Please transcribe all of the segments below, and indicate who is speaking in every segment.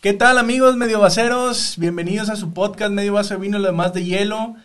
Speaker 1: ¿Qué tal amigos medio vaceros? Bienvenidos a su podcast Medio Vaso de Vino, lo demás de hielo.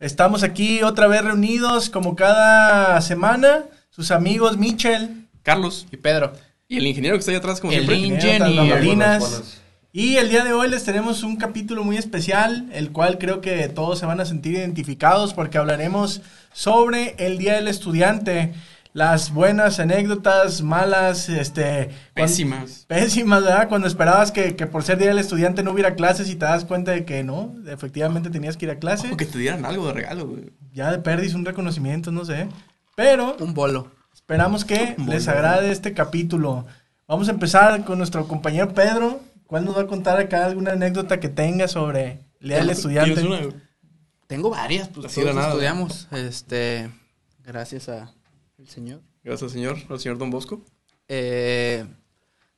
Speaker 1: Estamos aquí otra vez reunidos como cada semana. Sus amigos Michel,
Speaker 2: Carlos
Speaker 3: Y Pedro.
Speaker 2: y el ingeniero que está ahí atrás, como
Speaker 3: El
Speaker 2: siempre.
Speaker 3: in-
Speaker 1: Ingeniero,
Speaker 3: Ingenier.
Speaker 1: Tan Bambalinas.
Speaker 4: Buenas, buenas.
Speaker 1: Y el día de hoy les tenemos un capítulo muy especial, el cual creo que todos se van a sentir identificados porque hablaremos sobre el Día del Estudiante. Las buenas anécdotas, malas, este... cuan-
Speaker 2: Pésimas.
Speaker 1: Pésimas, ¿verdad? Cuando esperabas que, que por ser Día del Estudiante no hubiera clases y te das cuenta de que no, efectivamente tenías que ir a clase.
Speaker 2: O que te dieran algo de regalo, güey.
Speaker 1: Ya de perdis un reconocimiento, no sé. Pero
Speaker 3: Un bolo.
Speaker 1: esperamos que
Speaker 2: Muy
Speaker 1: les
Speaker 2: bien.
Speaker 1: agrade este capítulo. Vamos a empezar con nuestro compañero Pedro. ¿Cuál nos va a contar acá alguna anécdota que tenga sobre el Día del
Speaker 2: Tienes una,
Speaker 1: Estudiante?
Speaker 2: güey.
Speaker 3: Tengo varias, pues
Speaker 2: Así de
Speaker 3: todos
Speaker 2: nada.
Speaker 3: estudiamos. Este, gracias a el señor.
Speaker 2: Gracias, señor. Al señor Don Bosco.
Speaker 3: Eh,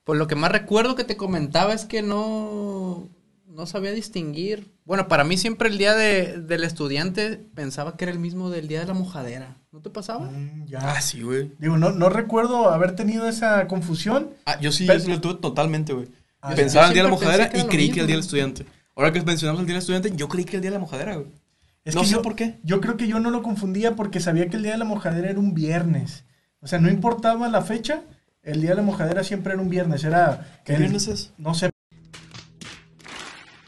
Speaker 3: pues lo que más recuerdo que te comentaba es que no, no sabía distinguir. Bueno, para mí siempre el día de- del estudiante pensaba que era el mismo del día de la mojadera. ¿No te pasaba?
Speaker 1: Mm, ya.
Speaker 2: Ah, sí, güey.
Speaker 1: Digo, no, no recuerdo haber tenido esa confusión.
Speaker 2: Ah, yo sí,
Speaker 1: Pero-
Speaker 2: yo sí lo tuve totalmente, güey.
Speaker 1: Ah,
Speaker 2: Pensaba
Speaker 3: yo
Speaker 2: el día de la
Speaker 3: siempre
Speaker 2: mojadera
Speaker 3: pensé que
Speaker 2: y
Speaker 3: era lo
Speaker 2: creí que era el día del
Speaker 3: mismo.
Speaker 2: estudiante. Ahora que mencionamos el día del estudiante, yo creí que era el día de la mojadera, güey.
Speaker 1: Es
Speaker 2: no
Speaker 1: que
Speaker 2: sé
Speaker 1: yo-
Speaker 2: por qué.
Speaker 1: Yo creo que yo no lo confundía porque sabía que el día de la mojadera era un viernes. O sea, no importaba la fecha, el día de la mojadera siempre era un viernes. Era.
Speaker 2: ¿Qué
Speaker 1: el-
Speaker 2: viernes es?
Speaker 1: No sé.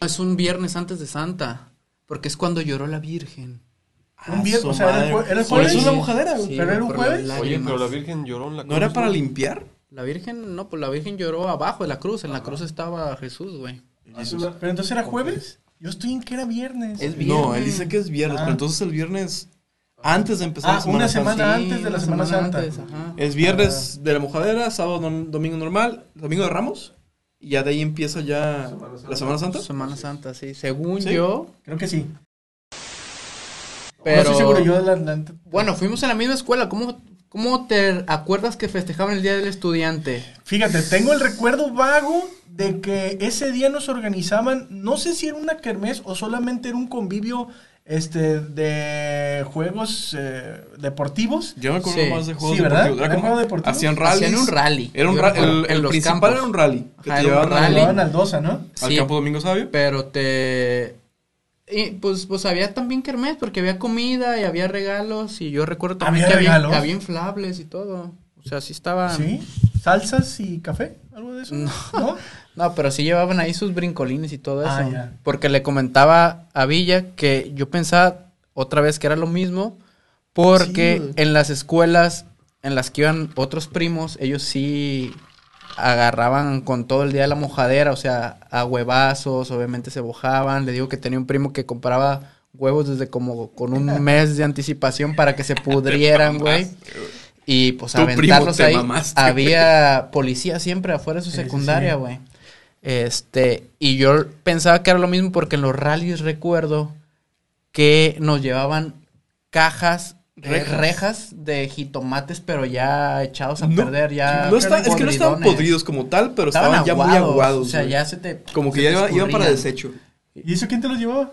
Speaker 3: Es un viernes antes de Santa, porque es cuando lloró la Virgen.
Speaker 1: Un
Speaker 2: Ah,
Speaker 1: vier-
Speaker 2: su
Speaker 1: o sea, era el
Speaker 2: madre.
Speaker 1: jue- era el
Speaker 2: Por eso
Speaker 1: jueves.
Speaker 2: es la mojadera, güey.
Speaker 1: Sí. ¿Pero era un
Speaker 3: por
Speaker 1: jueves?
Speaker 3: las
Speaker 4: Oye, pero
Speaker 3: lágrimas.
Speaker 4: la Virgen lloró en la
Speaker 2: ¿No era
Speaker 4: cruz,
Speaker 2: para limpiar?
Speaker 3: La Virgen, no, pues la Virgen lloró abajo de la cruz. En la cruz estaba Jesús, güey.
Speaker 1: Pero entonces era jueves. Yo estoy en que era viernes.
Speaker 3: Es viernes.
Speaker 2: No, él dice que es viernes,
Speaker 1: Ah.
Speaker 2: pero entonces el viernes antes de empezar
Speaker 1: Ah,
Speaker 2: la Semana
Speaker 1: una
Speaker 2: Santa.
Speaker 1: semana antes de la
Speaker 3: una
Speaker 1: Semana Santa.
Speaker 3: antes, ajá.
Speaker 2: Es viernes de la mojadera, sábado, non- domingo normal, domingo de Ramos, y ya de ahí empieza ya la Semana Santa.
Speaker 3: Semana Santa, sí. Según
Speaker 2: Sí.
Speaker 3: yo,
Speaker 1: Creo que sí.
Speaker 3: pero...
Speaker 1: No estoy seguro yo de la, la-
Speaker 3: Bueno, fuimos en la misma escuela. ¿Cómo, ¿Cómo te acuerdas que festejaban el Día del Estudiante?
Speaker 1: Fíjate, tengo el recuerdo vago de que ese día nos organizaban, no sé si era una kermés o solamente era un convivio este, de juegos eh, deportivos.
Speaker 2: Yo me acuerdo
Speaker 3: Sí.
Speaker 2: más de juegos
Speaker 1: Sí, ¿verdad?
Speaker 2: deportivos. Era
Speaker 1: ¿Era
Speaker 2: como
Speaker 1: juego deportivo?
Speaker 2: Hacían rallies.
Speaker 3: Hacían un rally.
Speaker 2: Era un
Speaker 3: Yo
Speaker 2: ra-
Speaker 3: recuerdo,
Speaker 2: el,
Speaker 3: en
Speaker 2: el
Speaker 3: los
Speaker 2: principal
Speaker 3: campos.
Speaker 2: era un rally. Que te
Speaker 3: Ajá, era un
Speaker 2: llevaban al-
Speaker 3: rally.
Speaker 1: Llevaban al Dosa, ¿no?
Speaker 2: al
Speaker 3: Sí.
Speaker 2: campo Domingo Sabio.
Speaker 3: Pero te... Y pues, pues había también kermés, porque había comida y había regalos. Y yo recuerdo también
Speaker 1: ¿Había
Speaker 3: que, había,
Speaker 1: regalos?
Speaker 3: que había inflables y todo. O sea, sí estaban...
Speaker 1: Sí. ¿Salsas y café? ¿Algo de eso?
Speaker 3: No.
Speaker 1: ¿No?
Speaker 3: No, pero sí llevaban ahí sus brincolines y todo eso.
Speaker 1: Ah, ya.
Speaker 3: Porque le comentaba a Villa que yo pensaba otra vez que era lo mismo. Porque
Speaker 2: Sí, güey.
Speaker 3: en las escuelas en las que iban otros primos, ellos sí agarraban con todo el día la mojadera, o sea, a huevazos, obviamente se bojaban. Le digo que tenía un primo que compraba huevos desde como con un mes de anticipación para que se pudrieran, güey. Y pues
Speaker 2: Tu primo
Speaker 3: aventarlos
Speaker 2: te
Speaker 3: ahí.
Speaker 2: mamaste,
Speaker 3: Había policía siempre afuera de su
Speaker 1: Sí, sí,
Speaker 3: secundaria,
Speaker 1: sí.
Speaker 3: güey. Este, y yo pensaba que era lo mismo porque en los rallies recuerdo que nos llevaban cajas, eh, rejas,
Speaker 2: Rejas.
Speaker 3: de jitomates, pero ya echados a
Speaker 2: No,
Speaker 3: perder, ya.
Speaker 2: no está- es que no estaban
Speaker 3: podridones.
Speaker 2: podridos como tal, pero estaban, ya muy aguados.
Speaker 3: O sea,
Speaker 2: güey.
Speaker 3: ya se te.
Speaker 2: Como que
Speaker 3: se
Speaker 2: ya
Speaker 3: te
Speaker 2: iba- iban para
Speaker 3: escurrían.
Speaker 2: desecho.
Speaker 1: ¿Y eso quién te lo llevaba?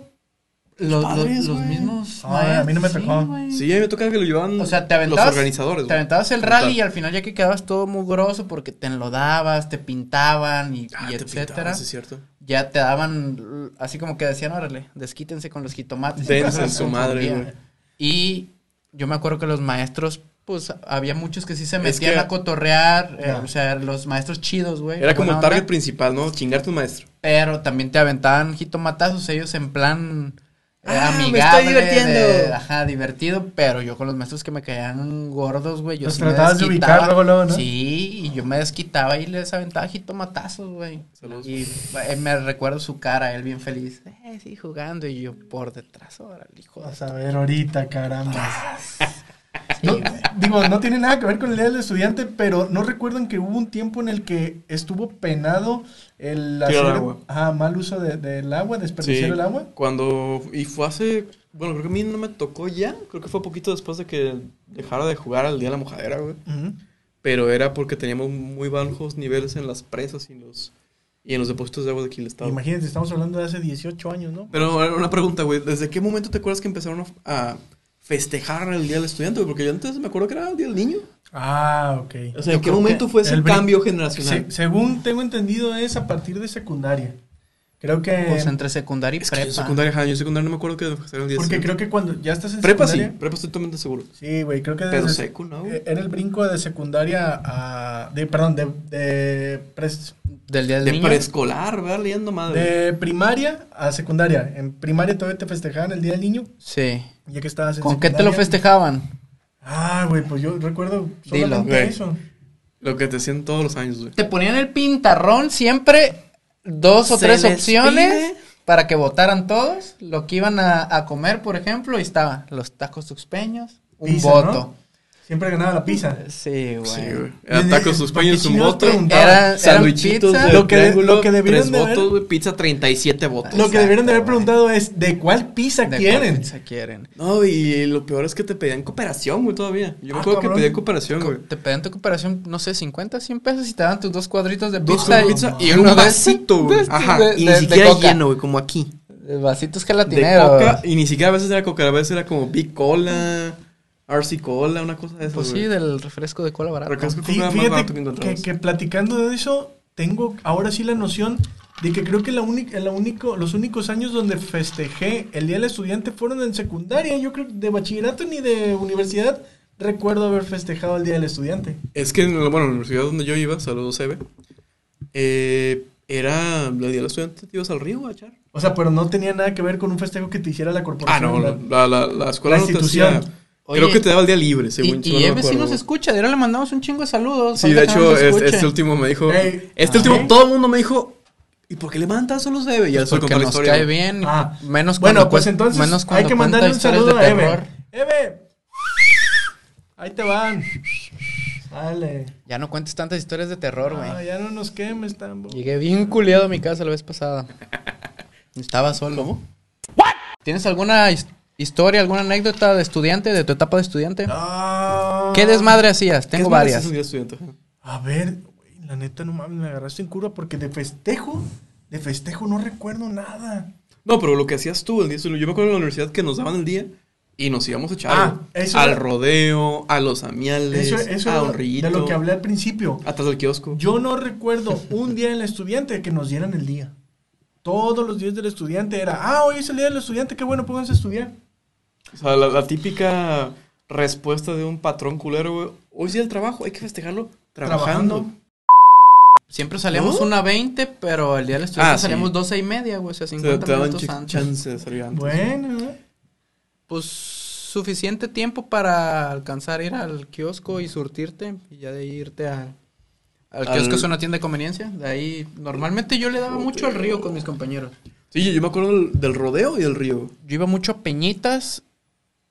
Speaker 3: Los, los-
Speaker 2: padres,
Speaker 3: los
Speaker 2: güey.
Speaker 3: mismos.
Speaker 1: Ah, a mí no me
Speaker 3: maestros,
Speaker 1: tocó.
Speaker 3: güey.
Speaker 2: Sí, a mí me toca que lo llevaban
Speaker 3: O sea, te
Speaker 2: los
Speaker 3: aventabas.
Speaker 2: organizadores.
Speaker 3: Te
Speaker 2: güey.
Speaker 3: aventabas el
Speaker 2: Brutal.
Speaker 3: rally y al final ya que quedabas todo mugroso porque te enlodabas, te pintaban y,
Speaker 2: Ah,
Speaker 3: y
Speaker 2: te
Speaker 3: etcétera.
Speaker 2: pintabas, es cierto.
Speaker 3: ya te daban, l- así como que decían, órale, desquítense con los jitomates.
Speaker 2: Dense
Speaker 3: Entonces,
Speaker 2: su madre,
Speaker 3: confundían.
Speaker 2: güey.
Speaker 3: Y yo me acuerdo que los maestros, pues, había muchos que sí se
Speaker 2: Es
Speaker 3: metían
Speaker 2: que-
Speaker 3: a cotorrear, eh,
Speaker 1: Ya.
Speaker 3: o sea, los maestros chidos, güey.
Speaker 2: Era como
Speaker 3: buena
Speaker 2: el target
Speaker 3: onda,
Speaker 2: principal, ¿no? Chingar a tu maestro.
Speaker 3: Pero también te aventaban jitomatazos ellos en plan... eh,
Speaker 2: Ah, me
Speaker 3: amigable,
Speaker 2: estoy divirtiendo.
Speaker 3: de- ajá, divertido, pero yo con los maestros que me caían gordos, güey, yo
Speaker 1: Los
Speaker 3: sí me
Speaker 1: tratabas de
Speaker 3: desquitaba.
Speaker 1: ubicar luego, luego, ¿no?
Speaker 3: Sí, y yo me desquitaba y les aventaba jitomatazos, güey.
Speaker 2: Saludos.
Speaker 3: Y eh, me recuerdo su cara, él bien feliz. Eh, sí, jugando. Y yo por detrás, órale, hijo. de-
Speaker 1: Vas Pues, a ver ahorita, caramba.
Speaker 2: Ah,
Speaker 3: Sí,
Speaker 1: No,
Speaker 3: güey.
Speaker 1: digo, no tiene nada que ver con el día del estudiante, pero no recuerdan que hubo un tiempo en el que estuvo penado el
Speaker 2: Tirar agua.
Speaker 1: ajá, mal uso de- del agua, desperdiciar
Speaker 2: Sí,
Speaker 1: el agua.
Speaker 2: Cuando. Y fue hace. Bueno, creo que a mí no me tocó ya. Creo que fue poquito después de que dejara de jugar al Día de la Mojadera, güey.
Speaker 1: Ujú.
Speaker 2: Pero era porque teníamos muy bajos niveles en las presas y en los, y en los depósitos de agua de aquí del estado.
Speaker 1: Imagínate, estamos hablando de hace 18 años, ¿no?
Speaker 2: Pero ahora una pregunta, güey. ¿Desde qué momento te acuerdas que empezaron a, a festejaran el Día del Estudiante, güey, porque yo antes me acuerdo que era el Día del Niño.
Speaker 1: Ah, ok.
Speaker 2: O
Speaker 1: Yo
Speaker 2: sea, ¿en qué
Speaker 1: creo
Speaker 2: momento
Speaker 1: que
Speaker 2: fue ese
Speaker 1: el brin-
Speaker 2: cambio
Speaker 1: Se-
Speaker 2: generacional?
Speaker 1: según tengo entendido, es a partir de secundaria. Creo que.
Speaker 3: Pues entre secundaria y
Speaker 2: Es que
Speaker 3: prepa.
Speaker 2: yo secundaria, ajá, yo secundaria no me acuerdo que festejaran el Día del
Speaker 1: porque
Speaker 2: Estudiante.
Speaker 1: creo que cuando ya estás en
Speaker 2: Prepa sí,
Speaker 1: secundaria.
Speaker 2: prepa estoy totalmente seguro.
Speaker 1: Sí, güey, creo que
Speaker 2: Pero
Speaker 1: desde-
Speaker 2: secu, ¿no? güey?
Speaker 1: eh, era el brinco de secundaria a. De, perdón, de, de, pres-
Speaker 3: Del día del
Speaker 2: De
Speaker 3: niño.
Speaker 2: preescolar, ¿verdad? Leyendo madre.
Speaker 1: de primaria a secundaria. En primaria todavía te festejaban el Día del Niño,
Speaker 3: Sí.
Speaker 1: ya que estabas en
Speaker 3: ¿Con qué te lo
Speaker 1: secundaria.
Speaker 3: festejaban?
Speaker 1: Ah, güey, pues yo recuerdo
Speaker 3: Dilo.
Speaker 1: solamente
Speaker 2: Güey.
Speaker 1: eso.
Speaker 2: Lo que te hacían todos los años, güey.
Speaker 3: Te ponían el pintarrón siempre, dos o
Speaker 2: Se
Speaker 3: tres
Speaker 2: les
Speaker 3: opciones
Speaker 2: pide.
Speaker 3: para que votaran todos. Lo que iban a, a comer, por ejemplo, y estaba los tacos tuxpeños, un
Speaker 1: Pizza,
Speaker 3: voto.
Speaker 1: Siempre ganaba la pizza.
Speaker 3: Sí, güey.
Speaker 2: Sí, güey.
Speaker 1: Yo dije,
Speaker 2: Atacos sus
Speaker 1: ¿para
Speaker 2: paños,
Speaker 1: qué
Speaker 2: un
Speaker 1: chingados
Speaker 2: voto.
Speaker 1: preguntaban?
Speaker 3: Era-
Speaker 2: Sándwichitos
Speaker 3: pizza.
Speaker 2: de
Speaker 1: Lo que de-
Speaker 2: triángulo,
Speaker 1: lo que debieron
Speaker 2: tres
Speaker 1: de haber-
Speaker 2: votos, güey, pizza 37 votos.
Speaker 1: Lo que debieron de haber
Speaker 3: güey.
Speaker 1: preguntado es: ¿de cuál pizza
Speaker 3: ¿De
Speaker 1: quieren?
Speaker 3: cuál pizza quieren?
Speaker 2: No, y lo peor es que te pedían cooperación, güey, todavía. Yo
Speaker 1: Ah,
Speaker 2: me acuerdo que
Speaker 1: cabrón.
Speaker 2: pedían cooperación,
Speaker 3: Co-
Speaker 2: güey.
Speaker 3: Te pedían tu cooperación, no sé, 50, 100 pesos y te daban tus dos cuadritos de
Speaker 2: Dos
Speaker 3: pizza.
Speaker 2: con
Speaker 3: y-
Speaker 2: pizza y
Speaker 3: uno
Speaker 2: un
Speaker 3: de-
Speaker 2: vasito,
Speaker 3: de-
Speaker 2: güey. Ajá,
Speaker 3: de-
Speaker 2: y ni
Speaker 3: de- de
Speaker 2: siquiera
Speaker 3: coca.
Speaker 2: lleno, güey, como aquí.
Speaker 3: Vasitos
Speaker 2: De
Speaker 3: gelatineros.
Speaker 2: coca, y ni siquiera a veces era coca, a veces era como Big Cola, RC Cola, una cosa de esas,
Speaker 3: Pues sí,
Speaker 2: güey.
Speaker 3: del refresco de cola barato.
Speaker 2: Refresco.
Speaker 1: Fí-
Speaker 2: Fue más
Speaker 1: Fíjate
Speaker 2: barato que
Speaker 1: que,
Speaker 2: encontrabas.
Speaker 1: que platicando de eso, tengo ahora sí la noción de que creo que la única, la único, los únicos años donde festejé el Día del Estudiante fueron en secundaria. Yo creo que de bachillerato ni de universidad recuerdo haber festejado el Día del Estudiante.
Speaker 2: Es que, en la- bueno, en la universidad donde yo iba, saludos, EB, eh, era el día de los estudiantes, te ibas al río a echar.
Speaker 1: O sea, pero no tenía nada que ver con un festejo que te hiciera la corporación.
Speaker 2: Ah, no,
Speaker 1: ¿verdad?
Speaker 2: la, la, la escuela
Speaker 1: La
Speaker 2: no te
Speaker 1: institución.
Speaker 2: hacía- Creo
Speaker 3: Oye,
Speaker 2: que te daba el día libre, según
Speaker 3: y
Speaker 2: yo,
Speaker 3: y
Speaker 2: no me
Speaker 3: Eve sí
Speaker 2: acuerdo.
Speaker 3: nos escucha, de ahora le mandamos un chingo de saludos.
Speaker 2: Sí, de
Speaker 3: ahorita que
Speaker 2: hecho,
Speaker 3: nos
Speaker 2: es-
Speaker 3: escuche.
Speaker 2: este último me dijo.
Speaker 1: Ey. Ah.
Speaker 2: este último,
Speaker 1: ¿Eh?
Speaker 2: todo el mundo me dijo. ¿Y por qué le mandan tan solo de Eve? Ya Pues les voy a
Speaker 3: Porque
Speaker 2: contar la
Speaker 3: nos
Speaker 2: historia.
Speaker 3: cae
Speaker 2: güey.
Speaker 3: bien.
Speaker 1: Ah.
Speaker 3: menos
Speaker 1: Bueno,
Speaker 3: cuando
Speaker 1: pues
Speaker 3: cuen-
Speaker 1: entonces
Speaker 3: menos
Speaker 1: hay
Speaker 3: cuando
Speaker 1: que
Speaker 3: cuenta
Speaker 1: mandarle un
Speaker 3: historias
Speaker 1: saludo
Speaker 3: de
Speaker 1: a Eve.
Speaker 3: terror.
Speaker 1: Eve. Ahí te van. Dale.
Speaker 3: Ya no cuentes tantas historias de terror, güey.
Speaker 1: Ah, ya no nos quemes, tambo.
Speaker 3: Llegué bien culiado a mi casa la vez pasada. Estaba solo. ¿Tienes alguna his- historia, alguna anécdota de estudiante, de tu etapa de estudiante?
Speaker 1: Ah.
Speaker 3: ¿Qué desmadre hacías?
Speaker 2: ¿Qué
Speaker 3: Tengo
Speaker 2: es más
Speaker 3: varias.
Speaker 2: gracioso que estudiante? Ajá.
Speaker 1: A ver, güey, la neta no mames, me agarraste en curva porque de festejo, de festejo no recuerdo nada.
Speaker 2: No, pero lo que hacías tú el día yo me acuerdo en la universidad que nos daban el día y nos íbamos a echar
Speaker 1: Ah,
Speaker 2: güey.
Speaker 1: eso
Speaker 2: al
Speaker 1: era-
Speaker 2: rodeo, a los amiales,
Speaker 1: Eso, eso
Speaker 2: a
Speaker 1: era
Speaker 2: un
Speaker 1: de lo que hablé al principio.
Speaker 2: atrás del kiosco.
Speaker 1: Yo no recuerdo un día en el estudiante que nos dieran el día. Todos los días del estudiante era, ah, hoy es el día del estudiante, qué bueno, pónganse a estudiar.
Speaker 2: O sea, la, la típica respuesta de un patrón culero, güey. Hoy sí el trabajo, hay que festejarlo trabajando.
Speaker 1: Trabajando.
Speaker 3: Siempre salíamos
Speaker 2: ¿No?
Speaker 3: una 20, pero el día del estudiante
Speaker 2: Ah, sí.
Speaker 3: salíamos 12 y media, güey. O sea,
Speaker 2: O sea,
Speaker 3: 50
Speaker 2: te daban
Speaker 3: minutos
Speaker 2: ch-
Speaker 3: antes.
Speaker 2: chance de salir antes.
Speaker 1: Bueno, ¿eh?
Speaker 3: Pues suficiente tiempo para alcanzar a ir al kiosco y surtirte y ya de ahí irte al... Al
Speaker 2: Al-
Speaker 3: kiosco es una tienda de conveniencia. De ahí, normalmente yo le daba mucho al río con mis compañeros.
Speaker 2: Sí, yo, yo me acuerdo del, del rodeo y del río.
Speaker 3: Yo iba mucho a Peñitas